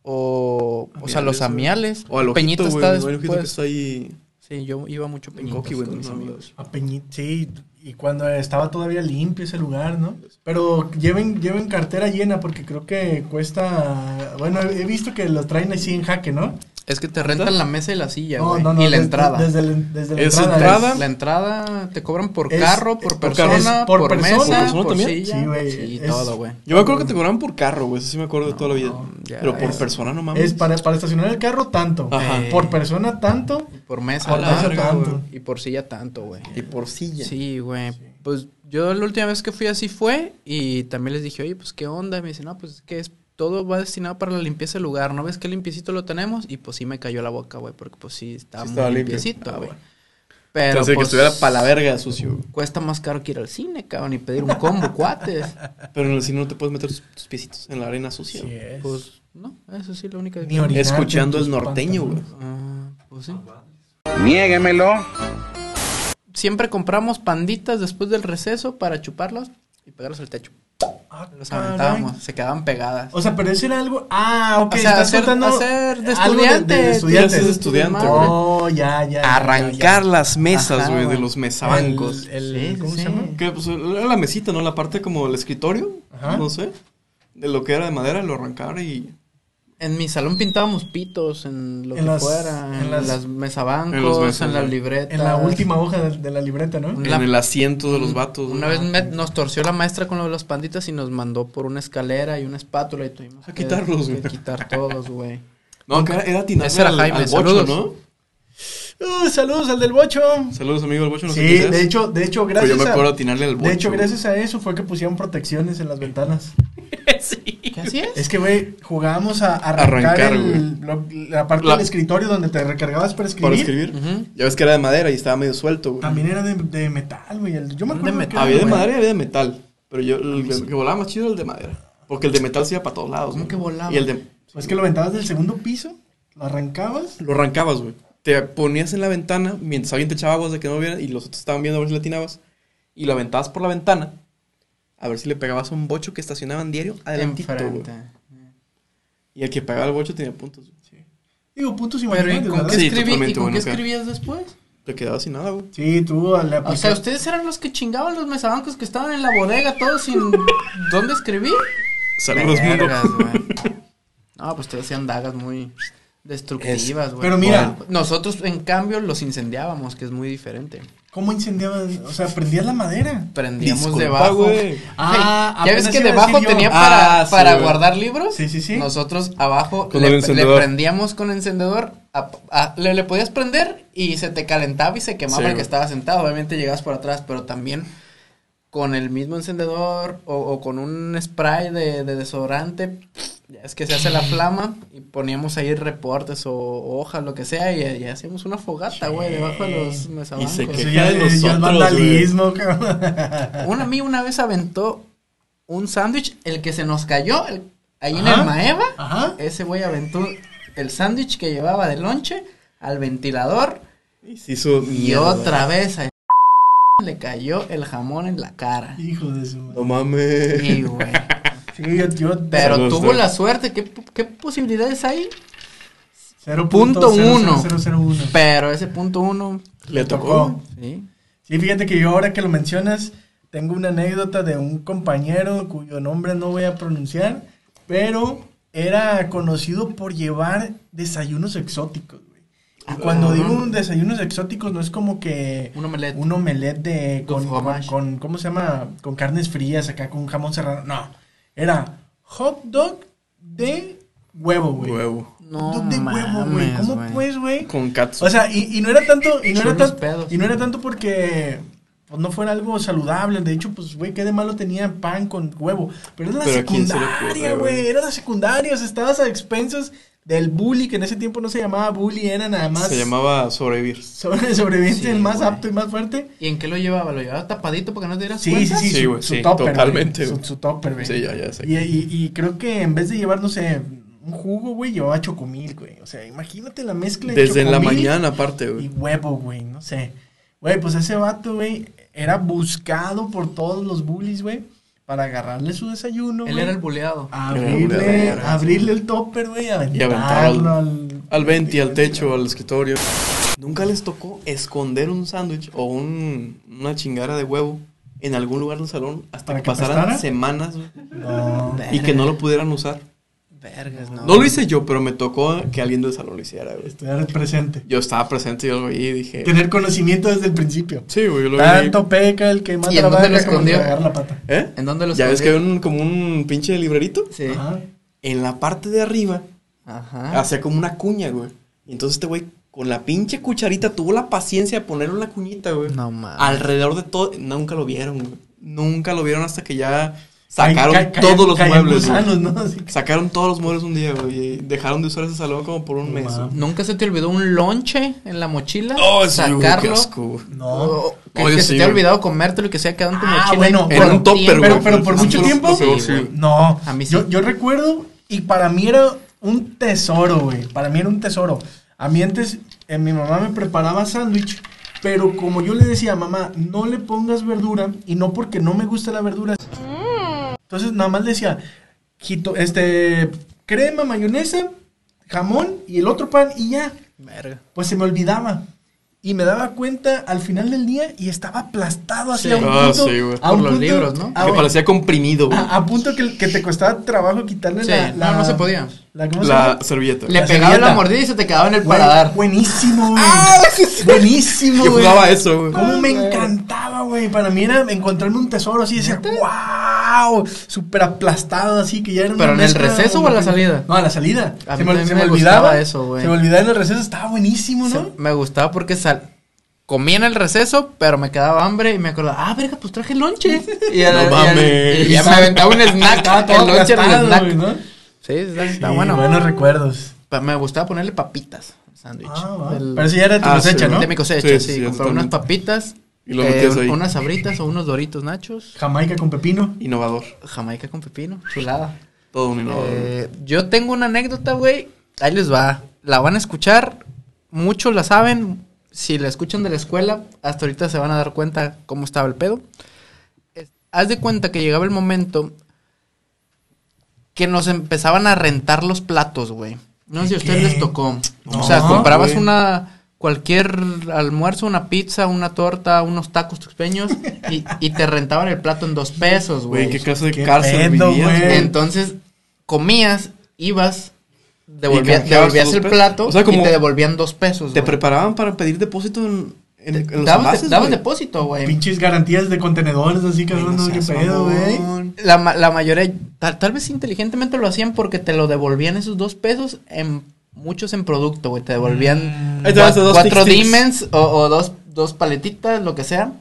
Speaker 3: o, o
Speaker 2: Amiales,
Speaker 3: sea, los
Speaker 2: güey.
Speaker 3: amiales.
Speaker 2: O al ojito,
Speaker 3: Peñitas
Speaker 2: güey,
Speaker 3: está
Speaker 2: al ojito que
Speaker 3: después.
Speaker 2: está ahí
Speaker 3: Sí, yo iba mucho a
Speaker 2: en
Speaker 3: Peñitas
Speaker 2: Coqui, güey,
Speaker 3: con
Speaker 2: con
Speaker 3: mis amigos.
Speaker 1: A Peñi- sí, y cuando estaba todavía limpio ese lugar, ¿no? Pero lleven, lleven cartera llena porque creo que cuesta, bueno, he, he visto que lo traen así en jaque, ¿no?
Speaker 3: Es que te rentan la mesa y la silla,
Speaker 1: No,
Speaker 3: güey.
Speaker 1: no, no,
Speaker 3: y la
Speaker 1: des-
Speaker 3: entrada.
Speaker 1: Desde, la- desde la
Speaker 2: Es
Speaker 1: entrada.
Speaker 2: entrada,
Speaker 3: La entrada te cobran por
Speaker 1: Es-
Speaker 3: carro,
Speaker 1: es
Speaker 3: por
Speaker 1: por
Speaker 3: persona,
Speaker 1: carro,
Speaker 3: por,
Speaker 1: por persona.
Speaker 3: mesa, por,
Speaker 2: ¿Por persona también?
Speaker 3: silla.
Speaker 1: Sí, güey,
Speaker 3: Sí,
Speaker 1: es-
Speaker 3: todo, güey.
Speaker 2: Yo me acuerdo que te cobraban por carro, güey. Eso sí me acuerdo de toda la vida.
Speaker 3: No, ya,
Speaker 2: Pero por
Speaker 1: es-
Speaker 2: persona no mames.
Speaker 1: Es para, para estacionar el carro tanto.
Speaker 2: Ajá.
Speaker 1: Eh, Por persona tanto.
Speaker 3: Por mesa
Speaker 1: A la
Speaker 3: tanto,
Speaker 1: verga,
Speaker 3: güey,
Speaker 1: güey.
Speaker 3: Y por silla tanto, güey.
Speaker 2: Y por silla.
Speaker 3: Sí, güey. Pues yo la última vez que fui así fue y también les dije, oye, pues qué onda. Y me dicen, no, pues es que es, todo va destinado para la limpieza del lugar. ¿No ves qué limpiecito lo tenemos? Y pues sí me cayó la boca, güey, porque pues sí está
Speaker 2: Sí
Speaker 3: muy
Speaker 2: estaba limpio.
Speaker 3: limpiecito,
Speaker 2: Ah,
Speaker 3: güey.
Speaker 2: bueno.
Speaker 3: Pero
Speaker 2: Entonces, que
Speaker 3: pues,
Speaker 2: estuviera para la verga de sucio. güey.
Speaker 3: cuesta más caro que ir al cine, cabrón, y pedir un combo, cuates.
Speaker 2: Pero en el cine no te puedes meter tus, tus piecitos en la arena sucia.
Speaker 1: Sí
Speaker 2: güey.
Speaker 1: es.
Speaker 3: Pues no, eso sí, la única
Speaker 1: Ni
Speaker 3: que...
Speaker 1: orinarte
Speaker 2: Escuchando
Speaker 1: en
Speaker 2: el
Speaker 1: tus
Speaker 2: norteño, güey.
Speaker 1: pantalones.
Speaker 3: Ah, pues sí.
Speaker 4: Niéguemelo.
Speaker 3: Siempre compramos panditas después del receso para chuparlas y pegarlas al techo.
Speaker 1: Ah,
Speaker 3: Los
Speaker 1: caray.
Speaker 3: aventábamos, se quedaban pegadas.
Speaker 1: O sea, pero eso era algo. Ah, ok.
Speaker 3: O sea,
Speaker 1: estás
Speaker 3: hacer-
Speaker 1: contando
Speaker 3: hacer de
Speaker 1: algo
Speaker 3: estudiante,
Speaker 1: de estudiantes.
Speaker 2: clases de estudiante,
Speaker 3: güey.
Speaker 1: Oh, ya, ya, ya, ya.
Speaker 2: Arrancar las mesas,
Speaker 3: Ajá,
Speaker 2: güey, de
Speaker 3: güey.
Speaker 2: los
Speaker 1: El-
Speaker 2: mesabancos.
Speaker 1: el-
Speaker 3: Sí,
Speaker 1: ¿Cómo
Speaker 3: sí.
Speaker 1: se llama?
Speaker 2: Que pues era la mesita, ¿no? La parte como el escritorio.
Speaker 1: Ajá.
Speaker 2: No sé. De lo que era de madera, lo arrancar y
Speaker 3: En mi salón pintábamos pitos, en lo
Speaker 1: En
Speaker 3: que
Speaker 1: las-
Speaker 3: fuera,
Speaker 1: en
Speaker 3: en,
Speaker 1: las-
Speaker 3: las mesabancos,
Speaker 2: En
Speaker 3: en,
Speaker 2: los mesabancos.
Speaker 3: las libretas.
Speaker 1: En la última hoja de, de la libreta, ¿no?
Speaker 3: La-
Speaker 2: En el asiento de los vatos.
Speaker 3: Una
Speaker 2: ¿no?
Speaker 3: vez me- nos torció la maestra con lo de los panditas y nos mandó por una escalera y una espátula y tuvimos
Speaker 2: A quitarlos,
Speaker 3: que
Speaker 2: güey.
Speaker 3: quitar todos, güey.
Speaker 2: No, que era, era atinarle
Speaker 3: Ese era
Speaker 2: al-
Speaker 3: Jaime,
Speaker 2: al bocho,
Speaker 3: saludos.
Speaker 2: ¿no?
Speaker 1: Uh, saludos al del bocho.
Speaker 2: Saludos, amigo del bocho. No
Speaker 1: Sí,
Speaker 2: sé quién seas.
Speaker 1: de hecho, de hecho,
Speaker 2: Pero
Speaker 1: gracias
Speaker 2: Pues yo me
Speaker 1: a-
Speaker 2: acuerdo atinarle al bocho.
Speaker 1: De hecho, gracias a eso fue que pusieron protecciones en las ventanas.
Speaker 3: ¿Qué así es?
Speaker 1: Es que, güey, jugábamos a arrancar,
Speaker 2: Arrancar,
Speaker 1: el- lo- la parte
Speaker 2: La-
Speaker 1: del escritorio donde te recargabas para escribir.
Speaker 2: Para escribir.
Speaker 3: Ujú.
Speaker 2: Ya ves que era de madera y estaba medio suelto, güey.
Speaker 1: También era de, de metal, güey. el- Yo me
Speaker 3: De
Speaker 1: acuerdo
Speaker 3: metal,
Speaker 1: que-
Speaker 2: Había de
Speaker 1: güey.
Speaker 2: madera y había de metal. Pero yo, el que- que volaba más chido era el de madera. Porque el de metal se iba para todos lados.
Speaker 3: ¿Cómo
Speaker 2: güey.
Speaker 3: que volaba?
Speaker 2: Y el de.
Speaker 1: Pues que lo aventabas del segundo piso, lo arrancabas.
Speaker 2: Lo arrancabas, güey. Te ponías en la ventana mientras alguien te echaba aguas de que no vieran y los otros estaban viendo a ver si le atinabas. Y lo aventabas por la ventana a ver si le pegabas a un bocho que estacionaban diario adelantito, güey.
Speaker 3: Enfrente.
Speaker 2: Y el que pegaba el bocho tenía puntos, güey.
Speaker 1: Digo, puntos
Speaker 3: Pero ¿y
Speaker 1: imagínate,
Speaker 3: con
Speaker 1: ¿verdad?
Speaker 3: qué,
Speaker 2: Sí,
Speaker 3: escribí- y
Speaker 2: totalmente,
Speaker 3: con
Speaker 2: bueno,
Speaker 3: qué
Speaker 2: acá.
Speaker 3: escribías después?
Speaker 2: Te quedabas sin nada, güey.
Speaker 1: Sí, tú le
Speaker 3: O sea,
Speaker 1: aplicaste.
Speaker 3: ustedes eran los que chingaban los mesabancos que estaban en la bodega todos sin dónde escribir.
Speaker 2: Saludos, mundo.
Speaker 3: Vergas, güey. No, pues te hacían dagas muy destructivas, güey.
Speaker 1: Pero mira-
Speaker 3: nosotros en cambio los incendiábamos, que es muy diferente.
Speaker 1: ¿Cómo incendiabas? O sea, prendías la madera.
Speaker 3: Prendíamos
Speaker 2: Disculpa,
Speaker 3: debajo.
Speaker 2: güey.
Speaker 3: Ay,
Speaker 1: Ah,
Speaker 3: ¿Ya ves
Speaker 1: apenas
Speaker 3: que
Speaker 1: iba a
Speaker 3: debajo
Speaker 1: decir yo.
Speaker 3: tenía
Speaker 2: Ah,
Speaker 3: para,
Speaker 2: sí,
Speaker 3: para
Speaker 2: güey.
Speaker 3: guardar libros?
Speaker 1: Sí, sí, sí.
Speaker 3: Nosotros abajo
Speaker 2: Con el
Speaker 3: le, le
Speaker 2: encendedor.
Speaker 3: prendíamos con encendedor, a- a- le, le podías prender y se te calentaba y se quemaba
Speaker 2: Sí,
Speaker 3: el que
Speaker 2: güey.
Speaker 3: estaba sentado. Obviamente llegabas por atrás, pero también con el mismo encendedor o, o con un spray de, de desodorante, ya es que se hace la flama y poníamos ahí reportes o, o hojas, lo que sea, y, y hacíamos una fogata, güey, debajo de los mesabancos.
Speaker 2: se
Speaker 1: Eso
Speaker 2: Que
Speaker 1: ya,
Speaker 2: cae en
Speaker 1: ya es
Speaker 2: nosotros,
Speaker 1: vandalismo, cabrón.
Speaker 3: Un amigo una vez aventó un sándwich, el que se nos cayó, el- ahí en
Speaker 1: Ajá.
Speaker 3: el Maeva.
Speaker 1: Ajá.
Speaker 3: Ese güey aventó el sándwich que llevaba de lonche al ventilador
Speaker 2: Y se hizo
Speaker 3: y
Speaker 2: mierda.
Speaker 3: otra vez a le cayó el jamón en la cara.
Speaker 1: Hijo de su madre.
Speaker 2: No mames.
Speaker 3: Sí, güey.
Speaker 1: Sí, yo, yo
Speaker 3: Pero
Speaker 2: Saludos,
Speaker 3: tuvo
Speaker 2: Doc.
Speaker 3: la suerte. ¿Qué, pu- qué posibilidades hay?
Speaker 1: Cero
Speaker 3: Punto uno.
Speaker 1: 0.0001.
Speaker 3: Pero ese punto uno,
Speaker 2: Le
Speaker 1: tocó.
Speaker 2: tocó.
Speaker 3: sí.
Speaker 1: Sí, fíjate que yo ahora que lo mencionas, tengo una anécdota de un compañero cuyo nombre no voy a pronunciar, pero era conocido por llevar desayunos exóticos, güey. Y cuando digo un desayunos exóticos no es como que
Speaker 3: Un omelette.
Speaker 1: un omelette de con,
Speaker 3: Con fromage.
Speaker 1: con- con- ¿cómo se llama? Con carnes frías acá con jamón serrano, no. Era hot dog de huevo, güey.
Speaker 2: Huevo.
Speaker 1: Hot
Speaker 3: No
Speaker 1: dog de huevo, güey.
Speaker 3: mames,
Speaker 1: ¿Cómo
Speaker 3: güey.
Speaker 1: pues, güey?
Speaker 2: Con katsu.
Speaker 1: O sea, y, y no era tanto, y no era
Speaker 3: Son los
Speaker 1: tan-
Speaker 3: pedos.
Speaker 1: y no era tanto porque pues, no fuera algo saludable. De hecho, pues, güey, qué de malo tenía pan con huevo. Pero era la
Speaker 2: Pero ¿a quién se le
Speaker 1: secundaria,
Speaker 2: ocurre, güey?
Speaker 1: güey. Era la secundaria. O sea, estabas a expensas del bully, que en ese tiempo no se llamaba bully, era nada más
Speaker 2: Se llamaba sobrevivir.
Speaker 1: sobre, sobreviviente,
Speaker 3: Sí,
Speaker 1: el más
Speaker 3: güey.
Speaker 1: apto y más fuerte.
Speaker 3: ¿Y en qué lo llevaba? ¿Lo llevaba tapadito para que no te dieras
Speaker 1: Sí, sí,
Speaker 3: cuenta?
Speaker 1: sí,
Speaker 2: Sí,
Speaker 1: su,
Speaker 2: güey,
Speaker 1: su
Speaker 2: sí,
Speaker 1: topper, güey.
Speaker 2: totalmente,
Speaker 1: Su,
Speaker 2: güey.
Speaker 1: su topper, güey.
Speaker 2: Sí, ya, ya sé.
Speaker 1: Y, y- y creo que en vez de llevar, no sé, un jugo, güey, llevaba chocomil, güey. O sea, imagínate la mezcla de
Speaker 2: Desde en la
Speaker 1: chocomil
Speaker 2: mañana, aparte,
Speaker 1: Y
Speaker 2: güey.
Speaker 1: huevo, güey, no sé. Güey, pues ese vato, güey, era buscado por todos los bullies, güey, para agarrarle su desayuno,
Speaker 3: Él
Speaker 1: güey.
Speaker 3: era el buleado.
Speaker 1: Ah, Abrirle,
Speaker 2: Era-
Speaker 1: abrirle el topper, güey, aventarlo
Speaker 2: aventarlo
Speaker 1: al...
Speaker 2: Al 20, al techo, al escritorio. ¿Nunca les tocó esconder un sándwich o un- una chingara de huevo en algún lugar del salón hasta
Speaker 1: ¿Para
Speaker 2: que,
Speaker 1: que
Speaker 2: pasaran
Speaker 1: apestara?
Speaker 2: semanas güey,
Speaker 1: No.
Speaker 2: y que no lo pudieran usar?
Speaker 3: Vergas, no.
Speaker 2: No lo hice yo, pero me tocó que alguien del salón lo hiciera, güey.
Speaker 1: Estudiar el presente.
Speaker 2: Yo estaba presente y yo lo vi y dije...
Speaker 1: Tener conocimiento desde el principio.
Speaker 2: Sí, güey, yo lo vi.
Speaker 1: Tanto peca el que mata
Speaker 3: ¿Y en
Speaker 1: la
Speaker 3: dónde lo
Speaker 1: vaca como el que
Speaker 3: escondió?
Speaker 1: agarra la pata.
Speaker 2: ¿Eh?
Speaker 3: ¿En dónde lo
Speaker 2: ¿Ya ves que
Speaker 3: escondió?
Speaker 2: había un, como un pinche librerito?
Speaker 3: Sí.
Speaker 1: Ajá.
Speaker 2: En la parte de arriba
Speaker 3: Ajá.
Speaker 2: hacía como una cuña, güey. Y entonces este güey con la pinche cucharita tuvo la paciencia de poner una cuñita, güey.
Speaker 3: No mames.
Speaker 1: Ah.
Speaker 2: Alrededor de todo, nunca lo vieron, güey. Nunca lo vieron hasta que ya sacaron
Speaker 1: Caen- ca-
Speaker 2: todos los
Speaker 1: caen
Speaker 2: muebles, güey.
Speaker 1: gusanos, ¿no? Así que-
Speaker 2: Sacaron todos los muebles un día, güey. y Dejaron de usar ese salón como por un
Speaker 1: No
Speaker 2: mes. güey.
Speaker 1: mames.
Speaker 3: ¿Nunca se te olvidó un lonche en la mochila?
Speaker 2: Oh, sí, güey, qué asco, güey.
Speaker 1: No.
Speaker 3: O- que,
Speaker 2: Oye,
Speaker 3: que
Speaker 2: sí,
Speaker 3: se te ha
Speaker 2: güey.
Speaker 3: olvidado comértelo y que se ha quedado en tu
Speaker 1: Ah,
Speaker 3: mochila.
Speaker 1: bueno,
Speaker 3: y
Speaker 1: en
Speaker 3: por
Speaker 1: un
Speaker 3: un
Speaker 2: topper,
Speaker 3: tiempo.
Speaker 1: Pero, pero por
Speaker 2: Sí,
Speaker 1: mucho
Speaker 2: lo-
Speaker 1: tiempo.
Speaker 2: lo peor,
Speaker 3: Sí,
Speaker 2: sí,
Speaker 3: güey.
Speaker 2: güey.
Speaker 1: No,
Speaker 3: A mí sí.
Speaker 1: yo, yo recuerdo y para mí era un tesoro, güey. Para mí era un tesoro. A mí antes, eh, mi mamá me preparaba sándwich, pero como yo le decía, mamá, no le pongas verdura y no porque no me gusta la verdura. Entonces nada más decía, jito- este, crema, mayonesa, jamón y el otro pan y ya.
Speaker 3: Verga.
Speaker 1: Pues se me olvidaba. y me daba cuenta al final del día y estaba aplastado hacia
Speaker 3: Sí.
Speaker 1: un
Speaker 2: Ah,
Speaker 1: punto.
Speaker 2: sí, güey.
Speaker 1: a un
Speaker 3: Por los
Speaker 1: punto-
Speaker 3: libros, ¿no?
Speaker 1: a
Speaker 2: que
Speaker 1: un-
Speaker 2: parecía comprimido, güey.
Speaker 1: a, a punto que, que te costaba trabajo quitarle
Speaker 3: Sí,
Speaker 1: la, la-
Speaker 3: no, no se podía.
Speaker 1: La, ¿cómo se
Speaker 2: La
Speaker 1: llama?
Speaker 2: servilleta.
Speaker 3: Le
Speaker 1: La
Speaker 3: pegaba
Speaker 1: servilleta.
Speaker 3: la mordida y se te quedaba en el
Speaker 1: Güey,
Speaker 3: paladar.
Speaker 1: Buenísimo, güey.
Speaker 3: Ah,
Speaker 1: Buenísimo,
Speaker 2: Yo
Speaker 1: güey.
Speaker 2: jugaba eso, güey.
Speaker 1: Cómo me encantaba, güey. Para mí era encontrarme un tesoro así, decía, wow, súper aplastado así que ya era una
Speaker 3: ¿Pero en el
Speaker 1: mezcla
Speaker 3: receso o a la salida?
Speaker 1: No, a la salida.
Speaker 3: A
Speaker 1: se
Speaker 3: mí
Speaker 1: me,
Speaker 3: también
Speaker 1: se
Speaker 3: me
Speaker 1: me
Speaker 3: gustaba
Speaker 1: olvidaba
Speaker 3: eso, güey.
Speaker 1: Se me olvidaba en el receso, estaba buenísimo,
Speaker 3: Se-
Speaker 1: ¿no?
Speaker 3: me gustaba porque sal... comía en el receso, pero me quedaba hambre y me acordaba, ah, verga, pues traje lonche. Y, a la-
Speaker 2: No
Speaker 3: y a-
Speaker 2: mames.
Speaker 3: y ya me aventaba un
Speaker 1: Estaba
Speaker 3: snack.
Speaker 1: todo
Speaker 3: el lonche era el
Speaker 1: aplastado,
Speaker 3: snack.
Speaker 1: güey, ¿no?
Speaker 3: Sí, está, está
Speaker 1: Sí,
Speaker 3: bueno.
Speaker 1: Buenos recuerdos.
Speaker 3: Pa- me gustaba ponerle papitas al sándwich.
Speaker 1: Ah, va.
Speaker 3: El-
Speaker 1: Pero eso ya era de tu
Speaker 2: Ah,
Speaker 1: cosecha,
Speaker 2: sí.
Speaker 1: ¿no?
Speaker 3: De mi cosecha,
Speaker 2: Sí,
Speaker 3: sí.
Speaker 2: sí,
Speaker 3: compraba unas
Speaker 2: totalmente.
Speaker 3: papitas,
Speaker 2: Y lo
Speaker 3: eh,
Speaker 2: metías ahí.
Speaker 3: unas sabritas o unos doritos nachos,
Speaker 1: Jamaica con pepino.
Speaker 2: Innovador.
Speaker 3: jamaica con pepino, chulada.
Speaker 2: Todo un innovador.
Speaker 3: Eh, yo tengo una anécdota, güey. Ahí les va. La van a escuchar. Muchos la saben. Si la escuchan de la escuela, hasta ahorita se van a dar cuenta cómo estaba el pedo. Es- Haz de cuenta que llegaba el momento que nos empezaban a rentar los platos, güey. No sé si a ustedes
Speaker 1: ¿Qué?
Speaker 3: les tocó.
Speaker 1: No,
Speaker 3: o sea, comprabas
Speaker 2: güey.
Speaker 3: una cualquier almuerzo, una pizza, una torta, unos tacos tuxpeños y, y te rentaban el plato en dos pesos,
Speaker 2: Güey,
Speaker 3: güey.
Speaker 2: qué clase
Speaker 1: qué
Speaker 2: de cárcel
Speaker 1: pedo,
Speaker 2: vivías,
Speaker 1: güey.
Speaker 2: güey.
Speaker 3: Entonces, comías, ibas,
Speaker 2: Y
Speaker 3: devolvías,
Speaker 2: canjeabas
Speaker 3: devolvías
Speaker 2: tus
Speaker 3: el
Speaker 2: dos pesos.
Speaker 3: plato
Speaker 2: O sea, como
Speaker 3: y te devolvían dos pesos.
Speaker 2: Te
Speaker 3: güey.
Speaker 2: preparaban para pedir depósito en, en,
Speaker 3: Te-
Speaker 2: en los
Speaker 3: dabas,
Speaker 2: envases,
Speaker 3: dabas
Speaker 2: güey.
Speaker 3: depósito, güey.
Speaker 1: Pinches garantías de contenedores así, cabrón, no, qué
Speaker 2: seas
Speaker 1: pedo, güey.
Speaker 2: mamón.
Speaker 3: La, ma- la mayoría, tal, tal vez inteligentemente lo hacían porque te lo devolvían esos dos pesos en muchos en producto, güey. Te devolvían
Speaker 2: Ahí te vas a
Speaker 3: cua-
Speaker 2: dos
Speaker 3: cuatro
Speaker 2: Tic Tics.
Speaker 3: dimens o, o dos, dos paletitas, lo que sea.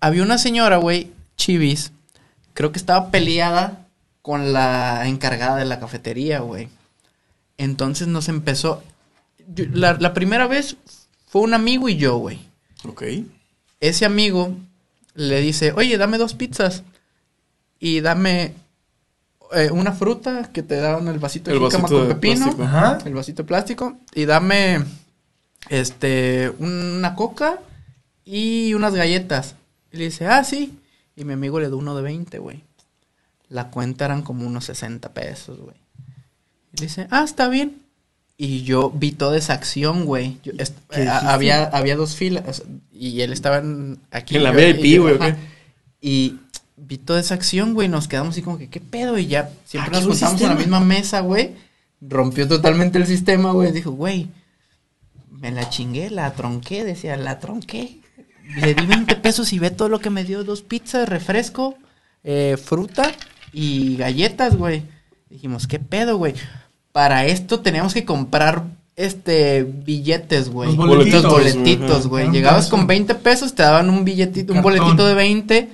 Speaker 3: Había una señora, güey, Chivis, creo que estaba peleada con la encargada de la cafetería, güey. Entonces nos empezó... yo- la, la primera vez fue un amigo y yo, güey
Speaker 2: Ok.
Speaker 3: ese amigo le dice, oye, dame dos pizzas y dame eh, una fruta que te daban el vasito de
Speaker 2: El
Speaker 3: jícama
Speaker 2: vasito
Speaker 3: con
Speaker 2: de
Speaker 3: pepino,
Speaker 2: plástico.
Speaker 1: Ajá.
Speaker 3: el vasito de plástico, y dame este una coca y unas galletas. Y le dice, ah, sí. Y mi amigo le da uno de 20, güey. La cuenta eran como unos 60 pesos, güey. Y le dice, ah, está bien. Y yo vi toda esa acción, güey. Yo est-
Speaker 1: ¿Qué
Speaker 3: eh, a-
Speaker 1: dijiste?
Speaker 3: había, había dos filas o sea, y él estaba en- aquí.
Speaker 2: En la
Speaker 3: yo-
Speaker 2: VIP,
Speaker 3: y yo,
Speaker 2: güey, ¿o
Speaker 3: ajá.
Speaker 2: qué?
Speaker 3: Y vi toda esa acción, güey. Nos quedamos así como que, ¿qué pedo? Y ya siempre
Speaker 1: Ah,
Speaker 3: nos
Speaker 1: ¿qué buen
Speaker 3: juntamos en la
Speaker 1: sistema?
Speaker 3: misma mesa, güey. Rompió totalmente el sistema, güey. Dijo, güey, me la chingué, la tronqué, decía, la tronqué. Le di 20 pesos y ve todo lo que me dio, dos pizzas, refresco, eh, fruta y galletas, güey. Dijimos, ¿qué pedo, güey? Para esto teníamos que comprar este billetes, güey.
Speaker 1: Los boletitos,
Speaker 3: Los
Speaker 2: güey,
Speaker 3: boletitos,
Speaker 2: ajá.
Speaker 3: güey.
Speaker 1: Era un
Speaker 3: Llegabas
Speaker 1: gasto.
Speaker 3: con 20 pesos, te daban un billetito, un
Speaker 1: Cartón.
Speaker 3: boletito de 20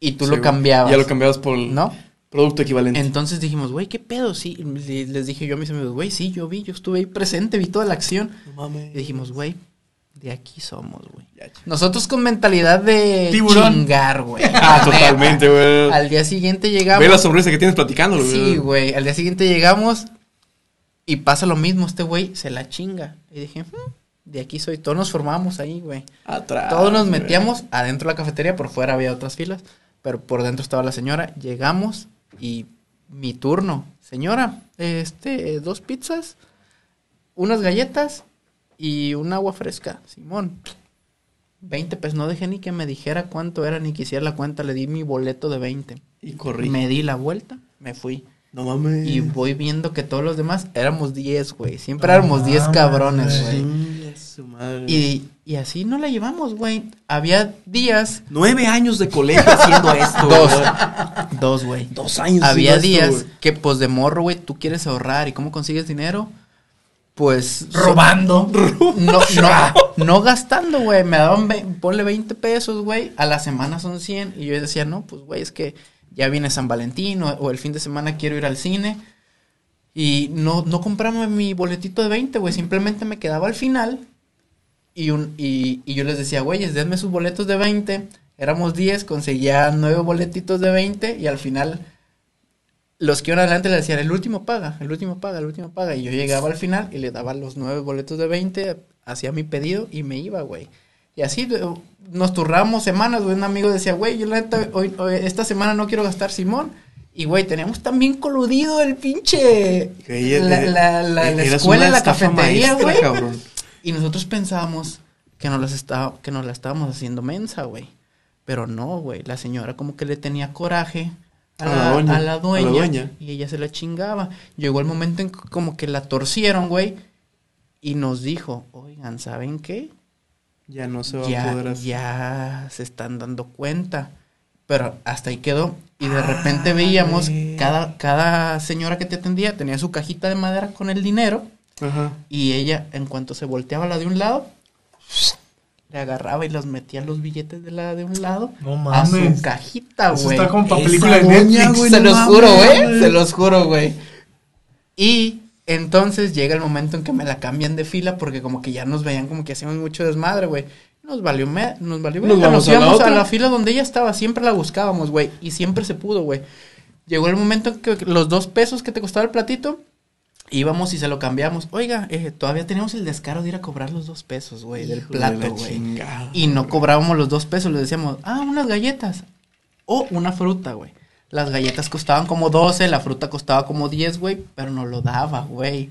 Speaker 3: y tú
Speaker 2: Sí,
Speaker 3: lo
Speaker 2: güey.
Speaker 3: cambiabas.
Speaker 2: Ya lo cambiabas por el
Speaker 3: ¿No?
Speaker 2: producto equivalente.
Speaker 3: Entonces dijimos, güey, ¿qué pedo? Sí, y le- les dije yo a mis amigos, güey, sí, yo vi, yo estuve ahí presente, vi toda la acción.
Speaker 2: No mames.
Speaker 3: Y dijimos, güey, de aquí somos, güey.
Speaker 2: Ya, ch-
Speaker 3: Nosotros con mentalidad de
Speaker 1: Tiburón.
Speaker 3: chingar, güey.
Speaker 2: Ah, totalmente, güey.
Speaker 3: Al día siguiente
Speaker 2: Ve la
Speaker 3: llegamos.
Speaker 2: sonrisa que tienes platicando, güey.
Speaker 3: Sí, güey. Al día siguiente llegamos y pasa lo mismo. Este güey se la chinga. Y dije, "Mm, de aquí soy. Todos nos formamos ahí, güey.
Speaker 2: Atrás.
Speaker 1: Ah,
Speaker 3: Todos nos
Speaker 2: güey.
Speaker 3: metíamos adentro de la cafetería, por fuera había otras filas, pero por dentro estaba la señora. Llegamos y mi turno. Señora, este, dos pizzas, unas galletas y un agua fresca. Simón, 20 pesos. No dejé ni que me dijera cuánto era ni quisiera la cuenta. Le di mi boleto de 20.
Speaker 2: Y corrí.
Speaker 3: Me di la vuelta, me fui.
Speaker 2: No mames.
Speaker 3: Y voy viendo que todos los demás éramos 10, güey. Siempre
Speaker 1: No
Speaker 3: éramos 10
Speaker 1: mames,
Speaker 3: cabrones,
Speaker 1: güey.
Speaker 3: güey.
Speaker 2: Chinga su madre.
Speaker 3: Y, y así no la llevamos, güey. Había días.
Speaker 2: Nueve años de colegio haciendo esto.
Speaker 3: Dos.
Speaker 2: güey.
Speaker 3: Dos, güey.
Speaker 2: Dos años.
Speaker 3: Había
Speaker 2: haciendo
Speaker 3: días
Speaker 2: esto, güey.
Speaker 3: que, pues, de morro, güey, tú quieres ahorrar. ¿Y cómo consigues dinero? Pues. so-
Speaker 1: Robando.
Speaker 3: No, no, no gastando, güey. Me daban, ve- ponle 20 pesos, güey. A la semana son 100. Y yo decía, no, pues, güey, es que ya viene San Valentín o, o el fin de semana quiero ir al cine. Y no, no compraba mi boletito de 20, güey. Simplemente me quedaba al final. Y, un, y, y yo les decía, güeyes, denme sus boletos de 20. Éramos 10, conseguía 9 boletitos de 20. Y al final, los que iban adelante le decían, el último paga, el último paga, el último paga. Y yo llegaba al final y le daba los 9 boletos de 20, hacía mi pedido y me iba, güey. Y así eh, nos turramos semanas, güey. Un amigo decía, güey, yo la neta, hoy- hoy- esta semana no quiero gastar Simón. Y, güey, teníamos también coludido el pinche.
Speaker 2: Que ella- e-,
Speaker 3: la, la- la- la
Speaker 2: eras
Speaker 3: escuela,
Speaker 2: una
Speaker 3: la
Speaker 2: estafa
Speaker 3: cafetería,
Speaker 2: maestra,
Speaker 3: güey.
Speaker 2: cabrón.
Speaker 3: Y nosotros pensábamos, que nos, las estaba, que nos la estábamos haciendo mensa, güey. Pero no, güey, la señora como que le tenía coraje a, la, a la dueña,
Speaker 2: dueña.
Speaker 3: y ella se la chingaba. Llegó el momento en que como que la torcieron, güey, y nos dijo, oigan, ¿saben qué?
Speaker 2: Ya no se va a poder
Speaker 3: ya,
Speaker 2: hacer.
Speaker 3: ya se están dando cuenta. Pero hasta ahí quedó. Y de repente veíamos
Speaker 2: Ah, güey.
Speaker 3: cada, cada señora que te atendía tenía su cajita de madera con el dinero.
Speaker 2: Ajá.
Speaker 3: Y ella, en cuanto se volteaba la de un lado, le agarraba y los metía los billetes de la de un lado
Speaker 1: No
Speaker 3: a
Speaker 1: mames.
Speaker 3: su cajita,
Speaker 1: Eso
Speaker 3: güey.
Speaker 1: está como pa'
Speaker 3: Esa
Speaker 1: película de
Speaker 3: doña,
Speaker 1: Netflix,
Speaker 3: güey,
Speaker 1: no
Speaker 3: Se los
Speaker 1: mames,
Speaker 3: juro, güey.
Speaker 1: güey.
Speaker 3: Se los juro, güey. Y entonces llega el momento en que me la cambian de fila porque como que ya nos veían como que hacíamos mucho desmadre, güey. Nos valió, me- nos valió,
Speaker 2: Nos
Speaker 3: verga, nos,
Speaker 2: vamos a la
Speaker 3: íbamos a
Speaker 2: otra.
Speaker 3: la fila donde ella estaba, siempre la buscábamos, güey, y siempre se pudo, güey. Llegó el momento en que los dos pesos que te costaba el platito, íbamos y se lo cambiamos. Oiga, eh, todavía teníamos el descaro de ir a cobrar los dos pesos, güey, del
Speaker 2: Hijo de la
Speaker 3: plato, güey.
Speaker 2: chingada.
Speaker 3: Y no cobrábamos los dos pesos, le decíamos, ah, unas galletas o una fruta, güey. Las galletas costaban como 12, la fruta costaba como 10, güey, pero no lo daba, güey.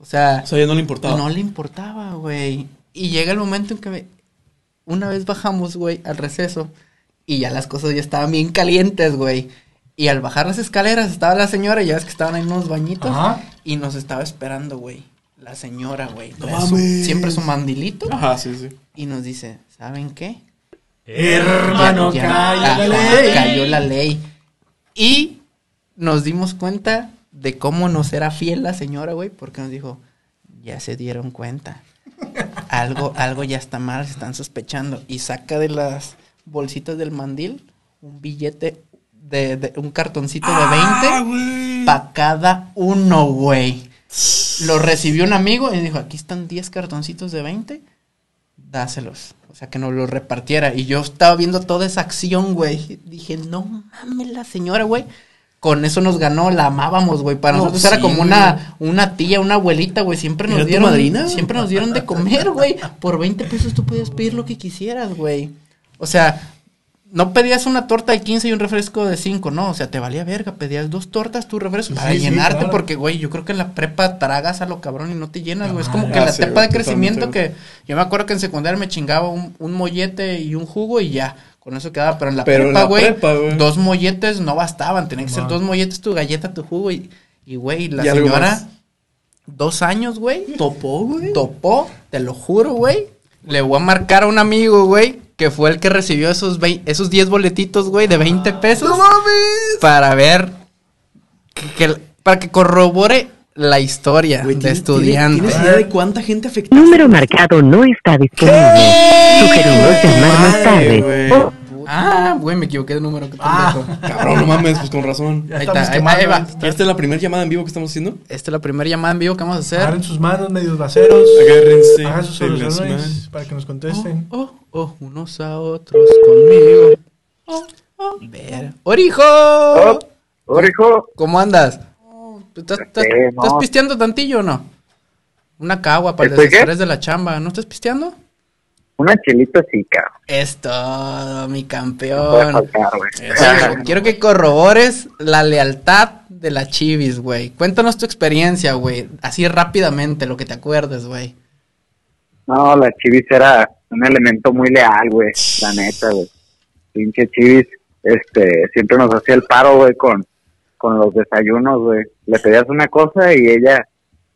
Speaker 3: O sea,
Speaker 2: O sea, ya no le importaba.
Speaker 3: no le importaba, güey. Y llega el momento en que me- una vez bajamos, güey, al receso y ya las cosas ya estaban bien calientes, güey. Y al bajar las escaleras estaba la señora, ya ves que estaban ahí unos bañitos
Speaker 1: Ajá.
Speaker 3: y nos estaba esperando, güey. La señora, güey.
Speaker 2: No
Speaker 3: Trae su-
Speaker 2: mames.
Speaker 3: Siempre su mandilito
Speaker 2: Ajá, sí, sí.
Speaker 3: y nos dice, ¿saben qué?
Speaker 1: Hermano,
Speaker 3: Ya- ya-
Speaker 1: calla
Speaker 3: ajá,
Speaker 1: la ley.
Speaker 3: cayó la ley. Y nos dimos cuenta de cómo nos era fiel la señora, güey, porque nos dijo, ya se dieron cuenta. Algo, algo ya está mal, se están sospechando. Y saca de las bolsitas del mandil un billete de, de- un cartoncito de 20
Speaker 1: Ah,
Speaker 3: para cada uno, güey. Lo recibió un amigo y dijo, aquí están 10 cartoncitos de 20, dáselos. O sea, que nos los repartiera. Y yo estaba viendo toda esa acción, güey. Dije, no mames la señora, güey. Con eso nos ganó, la amábamos, güey. Para
Speaker 2: No,
Speaker 3: nosotros
Speaker 2: sí,
Speaker 3: era como una, una tía, una abuelita, güey. Siempre
Speaker 2: ¿Era
Speaker 3: nos
Speaker 2: tu
Speaker 3: dieron.
Speaker 2: madrina?
Speaker 3: Siempre nos dieron de comer, güey. Por 20 pesos tú podías pedir lo que quisieras, güey. O sea, no pedías una torta de 15 y un refresco de 5, no, o sea, te valía verga, pedías dos tortas, tu refresco,
Speaker 1: Sí,
Speaker 3: para
Speaker 1: sí,
Speaker 3: llenarte,
Speaker 1: claro.
Speaker 3: porque, güey, yo creo que en la prepa tragas a lo cabrón y no te llenas, güey, es como
Speaker 2: madre.
Speaker 3: que
Speaker 2: Ah,
Speaker 3: la
Speaker 2: sí,
Speaker 3: etapa de
Speaker 2: güey,
Speaker 3: crecimiento
Speaker 2: totalmente.
Speaker 3: que, yo me acuerdo que en secundaria me chingaba un, un mollete y un jugo y ya, con eso quedaba, pero en la
Speaker 2: Pero en
Speaker 3: prepa,
Speaker 2: la
Speaker 3: güey,
Speaker 2: prepa, güey.
Speaker 3: dos molletes no bastaban, tenían que ser
Speaker 1: Madre.
Speaker 3: dos molletes, tu galleta, tu jugo y, y güey, la
Speaker 2: Y algo más.
Speaker 3: señora, dos años, güey,
Speaker 2: Topó, güey.
Speaker 3: topó, te lo juro, güey. Le voy a marcar a un amigo, güey, que fue el que recibió esos, vei- esos 10 boletitos, güey, de 20 pesos. Para ver, que, que- para que corrobore la historia
Speaker 2: Güey,
Speaker 3: de
Speaker 2: ¿tienes-
Speaker 3: estudiante.
Speaker 2: ¿Tienes idea de cuánta gente afectó?
Speaker 5: Número marcado no está disponible. Sugerimos llamar más
Speaker 2: Madre,
Speaker 5: tarde. Oh.
Speaker 2: güey.
Speaker 5: O
Speaker 3: ah, güey, me equivoqué de número. qué
Speaker 1: Ah.
Speaker 3: pendejo.
Speaker 2: Cabrón, no mames, pues con razón.
Speaker 1: Ya
Speaker 3: Ahí
Speaker 1: estamos
Speaker 3: está, ahí-
Speaker 1: quemando
Speaker 3: ahí va.
Speaker 1: esto.
Speaker 2: Y esta es la primera llamada en vivo que estamos haciendo.
Speaker 3: Esta es la primera llamada en vivo que vamos a hacer.
Speaker 1: Agarren sus manos, medios vaceros.
Speaker 2: Agárrense
Speaker 3: Ah,
Speaker 1: Hagan sus
Speaker 2: de las
Speaker 1: oraciones
Speaker 2: manos.
Speaker 1: para que nos
Speaker 3: Oh,
Speaker 1: contesten.
Speaker 3: oh, oh, unos a otros conmigo. Oh, oh. Ver. ¡Orijo!
Speaker 6: Orijo,
Speaker 3: ¿Cómo andas? ¿Estás, estás-
Speaker 6: sé, Oh. no.
Speaker 3: estás pisteando tantillo o no? Una cagua para el
Speaker 6: ¿Estoy qué?
Speaker 3: desestrés de la chamba. ¿No estás pisteando?
Speaker 6: una chelita sí, cabrón.
Speaker 3: Es todo, mi
Speaker 6: Puede
Speaker 3: campeón.
Speaker 6: faltar, güey.
Speaker 3: Oye, Quiero que corrobores la lealtad de la Chivis, güey. Cuéntanos tu experiencia, güey. Así rápidamente, lo que te acuerdes, güey.
Speaker 6: No, la Chivis era un elemento muy leal, güey. La neta, güey. Pinche Chivis, este, siempre nos hacía el paro, güey, con, con los desayunos, güey. Le pedías una cosa y ella